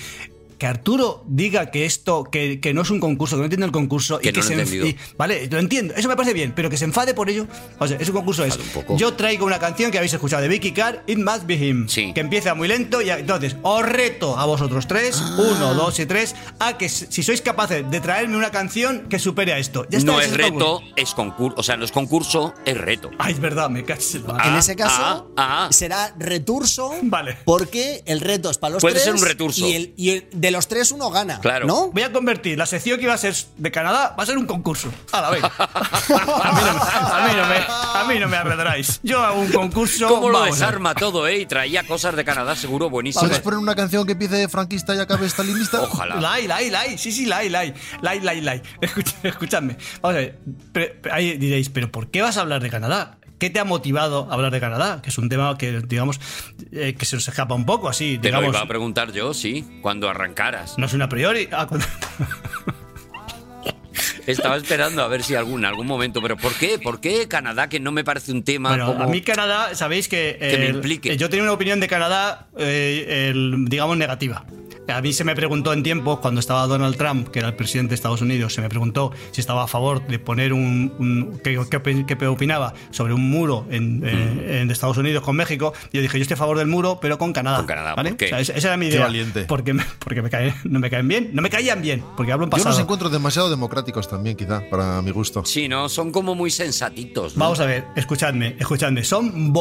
S4: Que Arturo diga que esto, que, que no es un concurso, que no entiende el concurso
S3: Que
S4: y que
S3: no lo
S4: se
S3: he
S4: enf-
S3: entendido.
S4: y- Vale, lo entiendo, eso me parece bien, pero que se enfade por ello. O sea, ese concurso es.
S3: Enfado un poco.
S4: Yo traigo una canción que habéis escuchado de Vicky Carr, It Must Be Him.
S3: Sí.
S4: Que empieza muy lento y a- entonces os reto a vosotros tres,
S3: Ah.
S4: uno, dos y tres, a que s- si sois capaces de traerme una canción que supere a esto. Ya está,
S3: no
S4: ese
S3: es
S4: el concurso.
S3: reto, es concurso. O sea, no es concurso, es reto.
S4: Ah, es verdad, me caes. en la-
S1: en
S3: Ah,
S1: ese caso
S3: ah, ah.
S1: será returso
S4: Vale.
S1: porque el reto es para los
S3: Puede
S1: tres
S3: ser un returso.
S1: y, el- y el- de los tres uno gana,
S3: Claro.
S1: ¿no?
S4: Voy a convertir la sección que iba a ser de Canadá, va a ser un concurso. A la vez. A mí no, me- a mí no me, a mí no me arredráis. Yo hago un concurso.
S3: ¿Cómo lo
S4: vamos a ver.
S3: desarma todo, eh? Y traía cosas de Canadá, seguro,
S5: ¿Puedes
S3: buenísimas.
S5: poner una canción que empiece de franquista y acabe stalinista?
S3: Ojalá.
S4: Lai, lai, lai. Sí, sí, lai, lai. Lai, lai, lai. Escucha- escuchadme. Vamos a ver. Pero- pero ahí diréis, ¿pero por qué vas a hablar de Canadá? ¿Qué te ha motivado a hablar de Canadá? Que es un tema que, digamos, eh, que se nos escapa un poco así.
S3: Te lo
S4: Digamos,
S3: iba a preguntar yo, sí, cuando arrancaras.
S4: no es una priori. Ah, cuando-
S3: Estaba esperando a ver si algún, algún momento, pero ¿por qué? ¿Por qué Canadá que no me parece un tema
S4: Bueno,
S3: como-
S4: a mí Canadá, sabéis que,
S3: Que me
S4: el- eh,
S3: implique.
S4: yo tenía una opinión de Canadá, eh, el- digamos, negativa. A mí se me preguntó en tiempos, cuando estaba Donald Trump, que era el presidente de Estados Unidos, se me preguntó si estaba a favor de poner un... un- qué, qué opi- qué opinaba sobre un muro en,
S3: Mm.
S4: eh, en Estados Unidos con México. Y yo dije, yo estoy a favor del muro, pero con Canadá.
S3: Con Canadá,
S4: ¿vale?
S3: ¿por qué?
S4: O sea, esa, esa era mi
S5: Qué
S4: idea.
S5: valiente.
S4: Porque, me- porque me caen- no me caen bien. No me caían bien, porque hablo en
S5: Yo
S4: pasado.
S5: los encuentro demasiado democráticos también, quizá, para mi gusto.
S3: Sí, no, son como muy sensatitos. ¿no?
S4: Vamos a ver, escuchadme, escuchadme. Son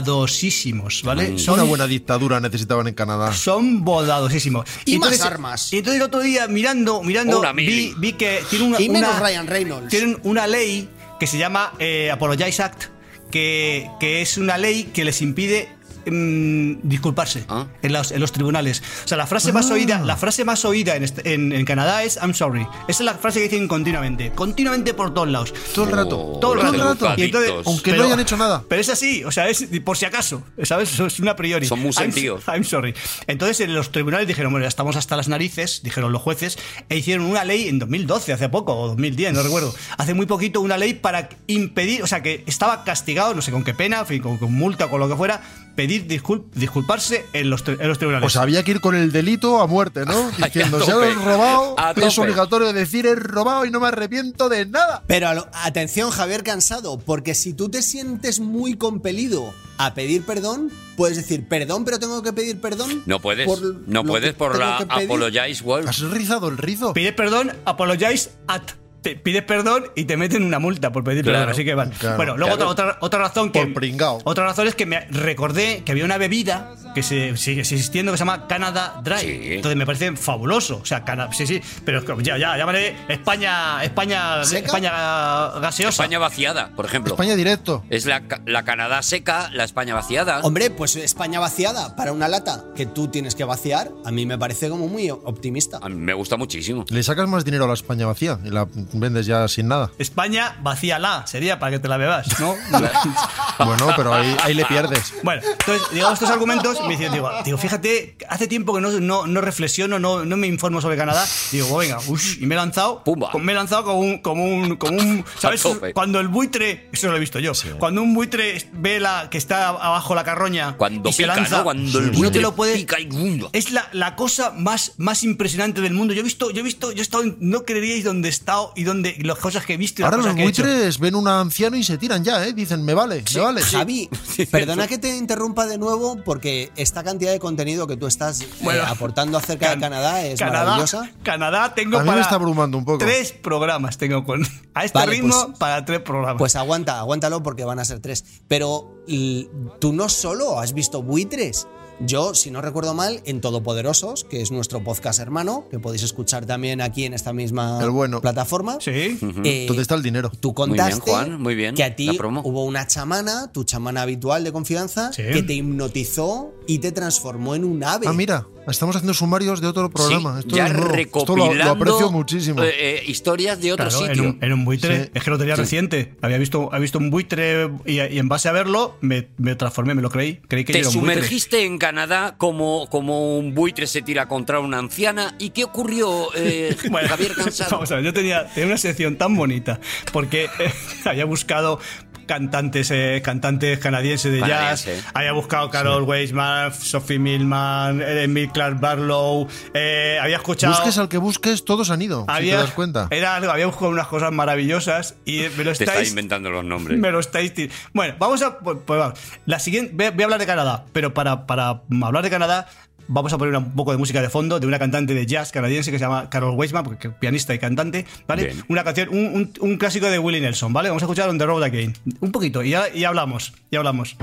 S4: bondadosísimos,
S3: Mm.
S4: ¿vale? Son
S5: Una buena dictadura necesitaban en Canadá.
S4: Son bodadosísimos.
S1: Y más armas.
S4: Y entonces el otro día, mirando, mirando,
S3: Una
S4: vi,
S3: mili.
S4: vi que tiene una,
S1: Y menos
S4: una-
S1: Ryan Reynolds.
S4: tienen una ley que se llama eh, Apologize Act, que, que es una ley que les impide mm, disculparse
S3: Ah.
S4: en, los, en los tribunales. O sea, la frase más oída, la frase más oída en, este- en- en Canadá es I'm sorry. Esa es la frase que dicen continuamente, continuamente por todos lados.
S5: Todo el rato.
S3: Oh,
S4: Todo el
S3: los
S4: rato.
S3: educaditos.
S4: Y entonces-
S5: Aunque
S4: Pero-
S5: no hayan hecho nada.
S4: Pero es así, o sea, es por si acaso, ¿sabes? Eso Es una priori.
S3: Son muy
S4: I'm-
S3: sentidos.
S4: I'm, sorry. Entonces, en los tribunales dijeron, bueno, ya estamos hasta las narices, dijeron los jueces, e hicieron una ley en 2012, hace poco, o 2010, no recuerdo. Hace muy poquito, una ley para impedir, o sea, que estaba castigado, no sé con qué pena, en fin, con, con multa o con lo que fuera, pedir discul- disculparse en los, tri- en los tribunales.
S5: O sea, Pues había que ir con el delito a muerte, ¿no?
S3: a
S5: Diciendo, si
S3: tope.
S5: he robado,
S3: A
S5: es
S3: tope.
S5: obligatorio decir, he robado y no me arrepiento de nada.
S1: Pero a lo- atención, Javier Cansado, porque si tú te sientes muy compelido a pedir perdón, puedes decir perdón, pero tengo que pedir perdón.
S3: No puedes,
S1: por
S3: no
S1: lo
S3: puedes
S1: que
S3: por
S1: tengo
S3: la
S1: que pedir".
S3: Apologize World.
S5: ¿Has rizado el rizo?
S4: Pides perdón, apologize at. Te pides perdón y te meten una multa por pedir
S3: Claro.
S4: perdón. Así que vale.
S5: Claro.
S4: bueno, luego
S3: Claro.
S4: otra, otra, otra razón que.
S5: Por pringao.
S4: Otra razón es que me recordé que había una bebida que se sigue existiendo que se llama Canada Dry.
S3: Sí.
S4: Entonces me parece fabuloso. O sea, Cana- sí, sí. Pero es que ya, ya, llámale España, España,
S1: ¿Seca?
S4: España gaseosa.
S3: España vaciada, por ejemplo.
S5: España directo.
S3: Es la, ca- la Canadá seca, la España vaciada.
S1: Hombre, pues España vaciada para una lata que tú tienes que vaciar, a mí me parece como muy optimista.
S3: A mí me gusta muchísimo.
S5: Le sacas más dinero a la España vacía y la vendes ya sin nada.
S4: España vacíala, sería para que te la bebas, ¿no?
S5: Bueno, pero ahí, ahí le pierdes.
S4: Bueno, entonces, digamos, estos argumentos, me dicen, digo, digo, fíjate, hace tiempo que no, no, no reflexiono, no, no me informo sobre Canadá. Digo, bueno, venga, ush, y me he lanzado.
S3: Pumba.
S4: con- Me he lanzado como un. Como un, como un ¿Sabes?
S3: A tope.
S4: Cuando el buitre. Eso lo he visto yo. Cuando un buitre ve la, que está abajo la carroña.
S3: Cuando
S4: y se
S3: pica,
S4: lanza,
S3: ¿no? Cuando el
S4: no te
S3: buitre
S4: lo puedes-
S3: pica y ¡bum!
S4: es la, la cosa más, más impresionante del mundo. Yo he visto, yo he visto, yo he estado, en- no creeríais dónde he estado y dónde, y las cosas que he visto y las
S5: Ahora
S4: cosas
S5: los
S4: que he hecho.
S5: buitres ven un anciano y se tiran ya, ¿eh? Dicen, me vale, me vale.
S1: Javi, perdona que te interrumpa de nuevo porque porque esta cantidad de contenido que tú estás eh, aportando acerca de Canadá es
S4: Canadá,
S1: maravillosa.
S4: Canadá tengo
S5: A mí me
S4: para
S5: está abrumando un poco.
S4: tres programas tengo con a este
S1: Vale,
S4: ritmo
S1: pues-
S4: para tres programas.
S1: Pues aguanta, aguántalo porque van a ser tres. Pero l- tú no solo has visto buitres. Yo, si no recuerdo mal, en Todopoderosos, que es nuestro podcast hermano, que podéis escuchar también aquí en esta misma
S5: El bueno.
S1: plataforma.
S4: sí.
S1: eh,
S5: ¿Dónde está el dinero?
S1: Tú
S3: bien,
S1: contaste
S3: Juan, muy bien,
S1: que a ti
S3: la promo.
S1: hubo una chamana, tu chamana habitual de confianza,
S4: Sí.
S1: que te hipnotizó y te transformó en un ave.
S5: Ah, mira, estamos haciendo sumarios de otro programa.
S3: Sí,
S5: Esto
S3: ya
S5: es nuevo. Esto lo-
S3: recopilando
S5: lo, aprecio muchísimo.
S3: eh, eh, historias de otro
S4: Claro, en
S3: sitio.
S4: un, en un buitre.
S5: Sí.
S4: Es que lo tenía reciente. Había visto, había visto un buitre y, y en base a verlo me, me transformé, me lo creí. Creí que
S3: Te
S4: era un buitre.
S3: sumergiste en Canadá como, como un buitre se tira contra una anciana. ¿Y qué ocurrió, eh,
S4: Bueno,
S3: Javier Cansado?
S4: Vamos a ver, yo tenía, tenía una sección tan bonita porque eh, había buscado cantantes eh, cantantes canadienses de
S3: Canadiense.
S4: jazz había buscado Carol Weisman Sophie Millman Emil Clark Barlow eh, había escuchado
S5: Busques al que busques, todos han ido. si te das cuenta.
S4: era algo- había buscado unas cosas maravillosas y me lo
S3: Te está
S4: estáis
S3: inventando los nombres.
S4: me lo estáis tir- bueno vamos a pues, pues vamos. la siguiente voy a- voy a hablar de Canadá pero para, para hablar de Canadá vamos a poner un poco de música de fondo de una cantante de jazz canadiense que se llama Carol Weisman porque es pianista y cantante vale
S3: Bien.
S4: una canción un, un- un clásico de Willie Nelson vale vamos a escuchar On the Road Again un poquito y ya, y hablamos y hablamos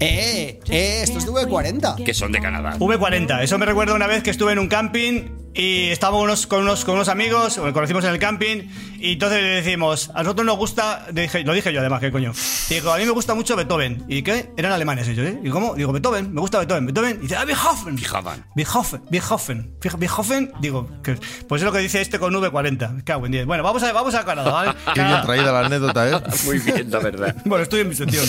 S1: Eh, eh, esto es de V40.
S3: Que son de Canadá.
S4: V40, eso me recuerda una vez que estuve en un camping y estábamos unos- con unos, con unos amigos, o conocimos en el camping, y entonces le decimos, a nosotros nos gusta, dije- lo dije yo además, ¿qué coño? Y dijo, a mí me gusta mucho Beethoven. ¿Y qué? Eran alemanes ellos, ¿eh? ¿Y cómo? Digo, Beethoven, me gusta Beethoven, Beethoven. Y dice, ah, Beethoven.
S3: Fijaban.
S4: Beethoven, Beethoven, Fija- Beethoven, digo, que- pues es lo que dice este con V40. Me cago en 10. Bueno, vamos a, vamos a Canadá, ¿vale?
S5: Qué bien
S4: Canadá.
S5: traída la anécdota, ¿eh?
S3: Muy bien, la verdad.
S4: Bueno, estoy en mi sección.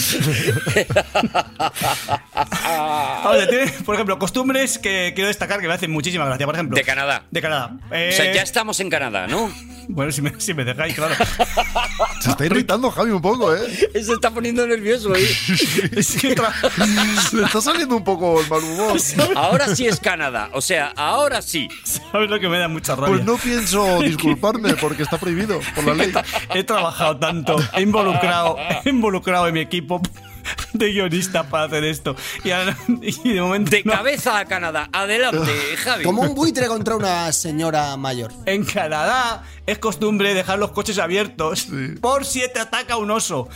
S4: A ver, tiene, por ejemplo, costumbres que quiero destacar que me hacen muchísima gracia. Por ejemplo,
S3: De Canadá.
S4: De Canadá. Eh,
S3: O sea, ya estamos en Canadá, ¿no?
S4: Bueno, si me, si me dejáis, claro.
S5: Se está irritando Javi un poco, ¿eh?
S3: Se está poniendo nervioso, ¿eh?
S4: Es que tra-
S5: Le está saliendo un poco el mal humor.
S3: Ahora sí es Canadá. O sea, ahora sí.
S4: ¿Sabes lo que me da mucha rabia?
S5: Pues no pienso disculparme porque está prohibido por la ley.
S4: He trabajado tanto, he involucrado, he involucrado en mi equipo de guionistas para hacer esto. Y, ahora- y de momento.
S3: De
S4: no.
S3: cabeza a Canadá. Adelante, Javi.
S1: Como un buitre contra una señora mayor.
S4: En Canadá es costumbre dejar los coches abiertos por si te ataca un oso.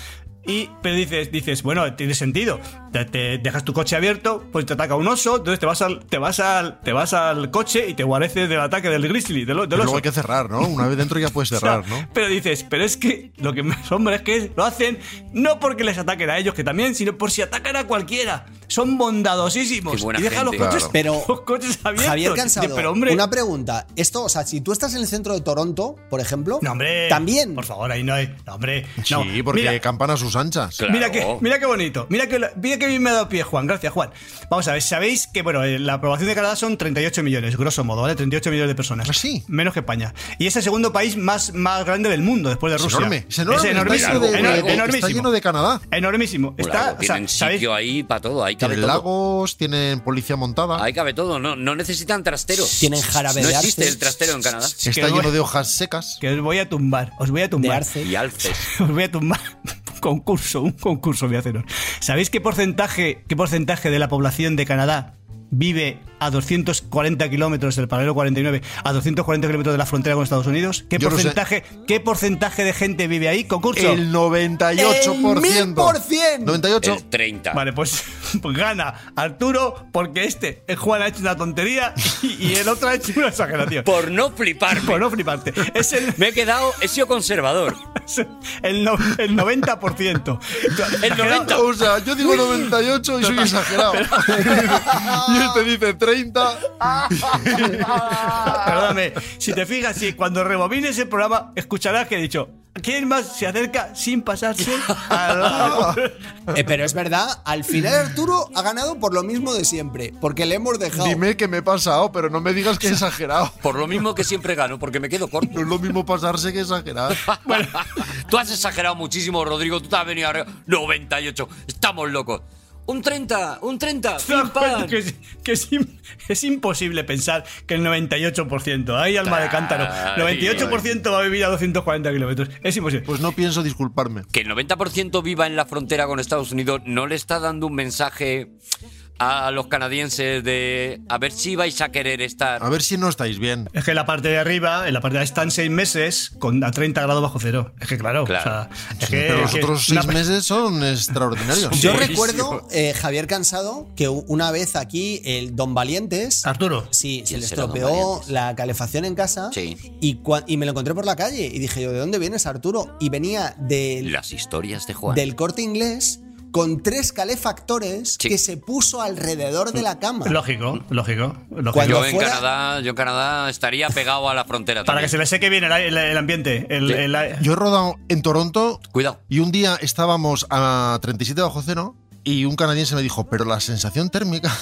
S4: Y, pero dices, dices, bueno, tiene sentido. Te, te dejas tu coche abierto, pues te ataca un oso, entonces te vas al, te vas al, te vas al coche y te guareces del ataque del grizzly, del, o- del
S5: Pero
S4: oso.
S5: luego hay que cerrar, ¿no? Una vez dentro ya puedes
S4: O sea,
S5: cerrar, ¿no?
S4: Pero dices, pero es que lo que me asombra es que lo hacen no porque les ataquen a ellos, que también, sino por si atacan a cualquiera. Son bondadosísimos.
S3: Qué buena
S4: Y dejan los
S3: gente.
S4: coches,
S1: Pero-
S4: los coches abiertos.
S1: Javier
S4: Y-
S1: Cansado,
S4: Pero hombre,
S1: una pregunta. Esto, o sea, si tú estás en el centro de Toronto, por ejemplo,
S4: no, hombre.
S1: también
S4: Por favor, ahí no hay. No, hombre. no.
S5: Sí, porque
S4: Mira,
S5: campana a sus anchas.
S3: Claro.
S4: Mira que, mira qué bonito, mira que, lo- mira que bien me ha dado pie, Juan. Gracias, Juan. Vamos a ver, sabéis que bueno, eh, la aprobación de Canadá son 38 millones, grosso modo, ¿vale? 38 millones de personas.
S5: Ah, sí.
S4: Menos que España. Y es el segundo país más, más grande del mundo después de
S5: Es
S4: Rusia.
S5: enorme. Es enorme.
S4: Es
S5: está,
S4: enormísimo.
S5: lleno de,
S3: Enor-
S5: está
S4: enormísimo.
S5: lleno de Canadá.
S4: Enormísimo.
S3: Por
S4: Está,
S3: algo,
S4: o sea,
S3: tienen
S4: ¿sabéis?
S3: sitio ahí para todo. Ahí cabe
S5: Tienen
S3: todo.
S5: lagos, tienen policía montada.
S3: Ahí cabe todo. No, no necesitan trastero.
S1: Tienen jarabe
S3: No
S1: de
S3: existe
S1: arce.
S3: el trastero en Canadá.
S5: Está
S4: que no-
S5: lleno de hojas secas.
S4: Que os voy a tumbar, os voy a
S1: de
S4: tumbar.
S1: arce.
S3: Y alces.
S4: Os voy a tumbar un concurso, un concurso voy a haceros. ¿Sabéis qué porcentaje, qué porcentaje de la población de Canadá vive a 240 kilómetros del paralelo 49, a 240 kilómetros de la frontera con Estados Unidos? ¿Qué
S5: Yo no sé.
S4: porcentaje, ¿Qué porcentaje de gente vive ahí? Concurso.
S5: El 98%.
S1: ¡El 1000%!
S5: 98.
S3: El 30.
S4: Vale, pues, pues gana Arturo porque este, el Juan ha hecho una tontería y, y el otro ha hecho una exageración.
S3: Por no fliparme.
S4: Por no fliparte. Es el,
S3: Me he quedado, he sido conservador.
S4: es el, no- el 90%.
S3: El 90.
S5: O sea, yo digo 98 y soy exagerado. y él te dice 30.
S4: Perdóname, si te fijas, si cuando rebobines el programa, escucharás que he dicho: ¿Quién más se acerca sin pasarse al lado?
S1: Eh, pero es verdad, al final Arturo ha ganado por lo mismo de siempre, porque le hemos dejado.
S5: Dime que me he pasado, pero no me digas que he exagerado.
S3: Por lo mismo que siempre gano, porque me quedo corto.
S5: No es lo mismo pasarse que exagerar.
S3: Tú has exagerado muchísimo, Rodrigo. Tú te has venido arriba. 98. Estamos locos. un 30, un 30.
S4: Te das
S3: pim,
S4: cuenta
S3: pam.
S4: que, es, que es im- es imposible pensar que el 98%, ahí alma de cántaro, 98% va a vivir a 240 kilómetros. Es imposible.
S5: Pues no pienso disculparme.
S3: Que el 90% viva en la frontera con Estados Unidos no le está dando un mensaje a los canadienses de a ver si vais a querer estar.
S1: Ah.
S5: A ver si no estáis bien.
S4: Es que en la parte de arriba, en la parte de están seis meses con a 30 grados bajo cero. Es que claro,
S3: Claro.
S4: o sea, es Eh, que,
S5: Pero
S4: es
S5: los
S4: que
S5: otros
S4: una
S5: seis
S4: pe-
S5: meses son extraordinarios.
S1: Yo
S3: Buenísimo.
S1: recuerdo, eh, Javier Cansado, que u- una vez aquí el Don Valientes.
S4: Arturo.
S1: Sí, se
S3: ¿Quién
S1: le
S3: será Don
S1: estropeó
S3: Valientes?
S1: la calefacción en casa.
S3: Sí.
S1: Y, cua- y me lo encontré por la calle. Y dije yo, ¿de dónde vienes, Arturo? Y venía del,
S3: Las historias de Juan.
S1: del corte inglés con tres calefactores
S3: Sí.
S1: que se puso alrededor de la cama.
S4: Lógico, lógico. lógico.
S1: Cuando-
S3: yo en
S1: fuera-
S3: Canadá, yo en Canadá estaría pegado a la frontera
S4: Para que
S3: también.
S4: se le seque bien el, aire- el- el ambiente. el-
S3: Sí.
S4: el aire.
S5: Yo he rodado en Toronto
S3: Cuidado.
S5: y un día estábamos a 37 bajo cero y un canadiense me dijo, pero la sensación térmica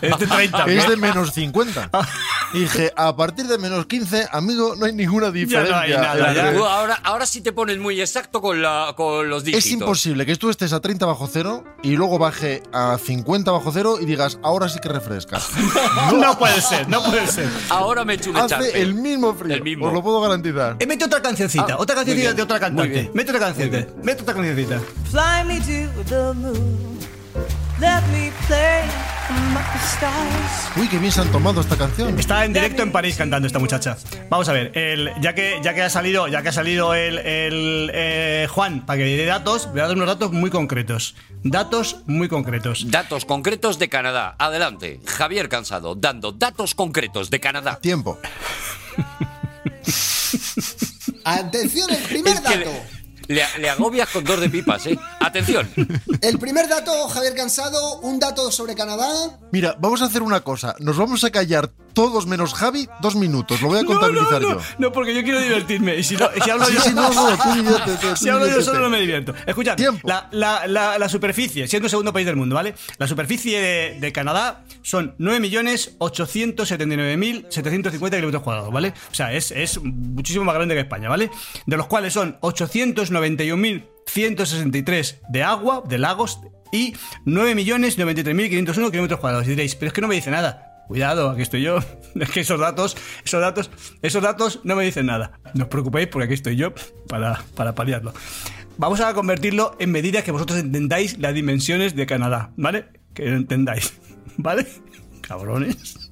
S4: Es de 30.
S5: es de menos 50.
S4: Ah.
S5: Y dije, a partir de menos 15, amigo, no hay ninguna diferencia.
S4: nada, ya.
S3: Tú ahora, ahora sí te pones muy exacto con, la, con los dígitos.
S5: Es imposible que tú estés a 30 bajo cero y luego baje a 50 bajo cero y digas, ahora sí que refresca.
S4: No puede ser, no puede ser.
S3: Ahora me he hecho un echarpe.
S5: Hace el mismo frío,
S3: El mismo.
S5: os lo puedo garantizar.
S4: Eh, mete otra cancioncita, otra cancioncita
S3: bien,
S4: de otra
S3: muy bien.
S4: cantante. Mete otra cancioncita, mete otra cancioncita.
S11: Fly me to the moon. Let me play among the stars.
S5: Uy, qué bien se han tomado esta canción.
S4: Está en directo en París cantando esta muchacha. Vamos a ver, el- ya, que, ya que ha salido, ya que ha salido el, el, eh, Juan, para que dé datos, voy a dar unos datos muy concretos. Datos muy concretos.
S3: Datos concretos de Canadá. Adelante. Javier Cansado, dando datos concretos de Canadá.
S5: Tiempo.
S1: Atención, el primer
S3: Es que
S1: dato.
S3: le, le agobias con dos de pipas, ¿eh? Atención.
S1: El primer dato, Javier Cansado, un dato sobre Canadá.
S5: Mira, vamos a hacer una cosa. Nos vamos a callar todos menos Javi dos minutos. Lo voy a contabilizar
S4: no, no,
S5: yo.
S4: no, porque yo quiero divertirme. Y si, no- y si hablo
S5: Sí,
S4: yo
S5: sí, no, no, tú diviértete, tú
S4: Si hablo yo
S5: diviértete.
S4: solo no me divierto. Escucha,
S5: Tiempo.
S4: la, la- la- la superficie, siendo el segundo país del mundo, ¿vale? La superficie de, de Canadá son 9.879.750 kilómetros cuadrados, ¿vale? O sea, es, es muchísimo más grande que España, ¿vale? De los cuales son 891.163 de agua, de lagos y 9.093.501 kilómetros cuadrados. Y diréis, pero es que no me dice nada. Cuidado, aquí estoy yo. Es que esos datos, esos datos, esos datos no me dicen nada. No os preocupéis porque aquí estoy yo para, para paliarlo. Vamos a convertirlo en medidas que vosotros entendáis las dimensiones de Canadá, ¿vale? Que lo entendáis, ¿vale? Cabrones.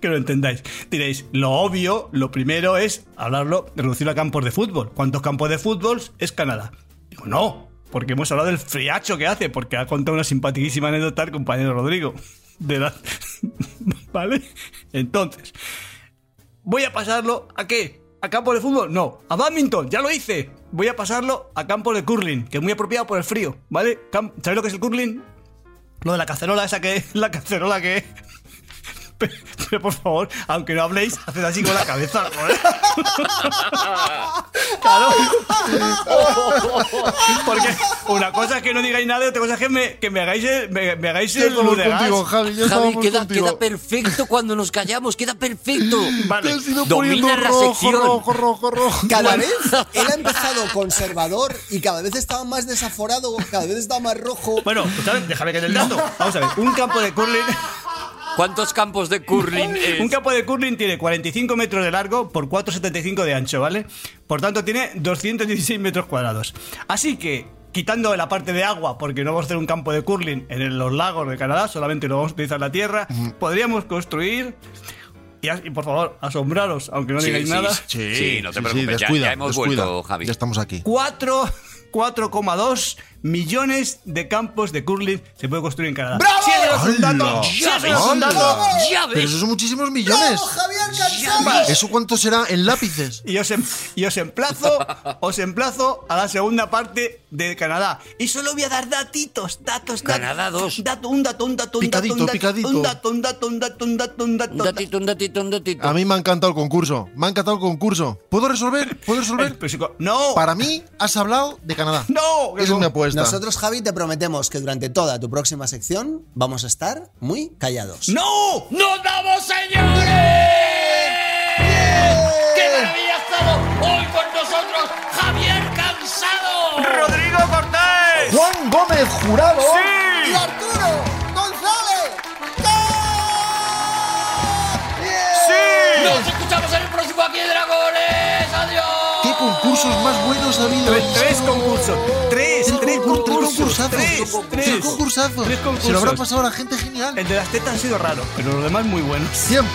S4: Que lo entendáis. Diréis, lo obvio, lo primero es hablarlo, reducirlo a campos de fútbol. ¿Cuántos campos de fútbol es Canadá? Digo, no, porque hemos hablado del friacho que hace, porque ha contado una simpaticísima anécdota el compañero Rodrigo. De la... ¿Vale? Entonces, voy a pasarlo a qué? ¿A campo de fútbol? No, a badminton, ya lo hice. Voy a pasarlo a campo de curling, que es muy apropiado por el frío, ¿vale? Cam- ¿Sabéis lo que es el curling? Lo de la cacerola esa que la cacerola que Pe- Pero por favor, aunque no habléis, haced así con la cabeza, joder. Claro. Porque una cosa es que no digáis nada y otra cosa es que me, que me hagáis el, me, me hagáis
S5: Yo
S4: el
S5: estaba
S4: Ludegas.
S5: contigo, Javi. Yo estaba
S3: Javi, queda,
S5: contigo.
S3: queda perfecto cuando nos callamos, queda perfecto.
S5: Te has ido
S3: Domina
S5: poniendo
S3: la
S5: rojo,
S3: sección.
S5: rojo, rojo, rojo.
S1: Cada vez él ha empezado conservador y cada vez estaba más desaforado, cada vez estaba más rojo.
S4: Bueno, ¿sabes? déjame que dé el dato. Vamos a ver, un campo de curling.
S3: ¿Cuántos campos de curling es?
S4: Un campo de curling tiene 45 metros de largo por 4,75 de ancho, ¿vale? Por tanto, tiene 216 metros cuadrados. Así que, quitando la parte de agua, porque no vamos a hacer un campo de curling en el- los lagos de Canadá, solamente lo vamos a utilizar la tierra, podríamos construir. Y, as- y, por favor, asombraros, aunque no
S3: Sí,
S4: digáis
S3: sí,
S4: nada.
S3: sí. no te preocupes, ya-
S5: descuida,
S3: ya hemos
S5: descuida.
S3: vuelto, Javi.
S5: Ya estamos aquí.
S4: 4, 4,2 millones de campos de curling se puede construir en Canadá.
S1: ¡Bravo!
S4: Si eso no es un dato,
S5: ¡Hala!
S4: si eso no es un dato,
S5: ¡Hala!
S3: Ya ves.
S5: Pero esos son muchísimos millones.
S1: ¡Bravo, ¡Oh, Javier Cansado!
S5: ¿Eso cuánto será en lápices?
S4: Y os, em- y os emplazo, os emplazo a la segunda parte de Canadá. Y solo voy a dar datitos, datos, datos.
S3: Canadá dos.
S4: Dato, un dato, un dato, un
S5: Picadito,
S4: dato, un dato,
S5: picadito.
S4: un dato, un dato, un dato, un dato, un dato,
S3: Un
S4: un dato.
S3: datito, un datito, un datito.
S5: A mí me ha encantado el concurso. Me ha encantado el concurso. ¿Puedo resolver? ¿Puedo
S4: Eh,
S5: resolver?
S4: pero si co- No,
S5: Para mí, has hablado de Canadá.
S4: no.
S5: Esa
S4: que
S5: es
S4: no.
S5: mi apuesta.
S1: Nosotros, Javi, te prometemos que durante toda tu próxima sección vamos a estar muy callados.
S4: No.
S2: ¡Nos vamos, señores! ¡Qué maravilla ha estado hoy con nosotros Javier Cansado!
S4: Rodrigo Cortés.
S12: Gómez.
S5: Juan Gómez Jurado.
S12: Sí.
S1: Y Arturo González.
S12: Sí.
S3: Nos escuchamos en el próximo aquí, Dragones. Adiós.
S5: ¿Qué concursos más buenos ha habido?
S4: Tres, tres concursos. Tres,
S5: Tres,
S4: tres
S5: concur- tres
S4: concursos.
S5: concursazos,
S4: Tres,
S5: tres
S4: tres.
S5: concursazos.
S4: Tres
S5: Se lo habrá
S4: concursos.
S5: pasado a la gente genial.
S4: El de las tetas ha sido raro, pero los demás muy buenos.
S5: Tiempo.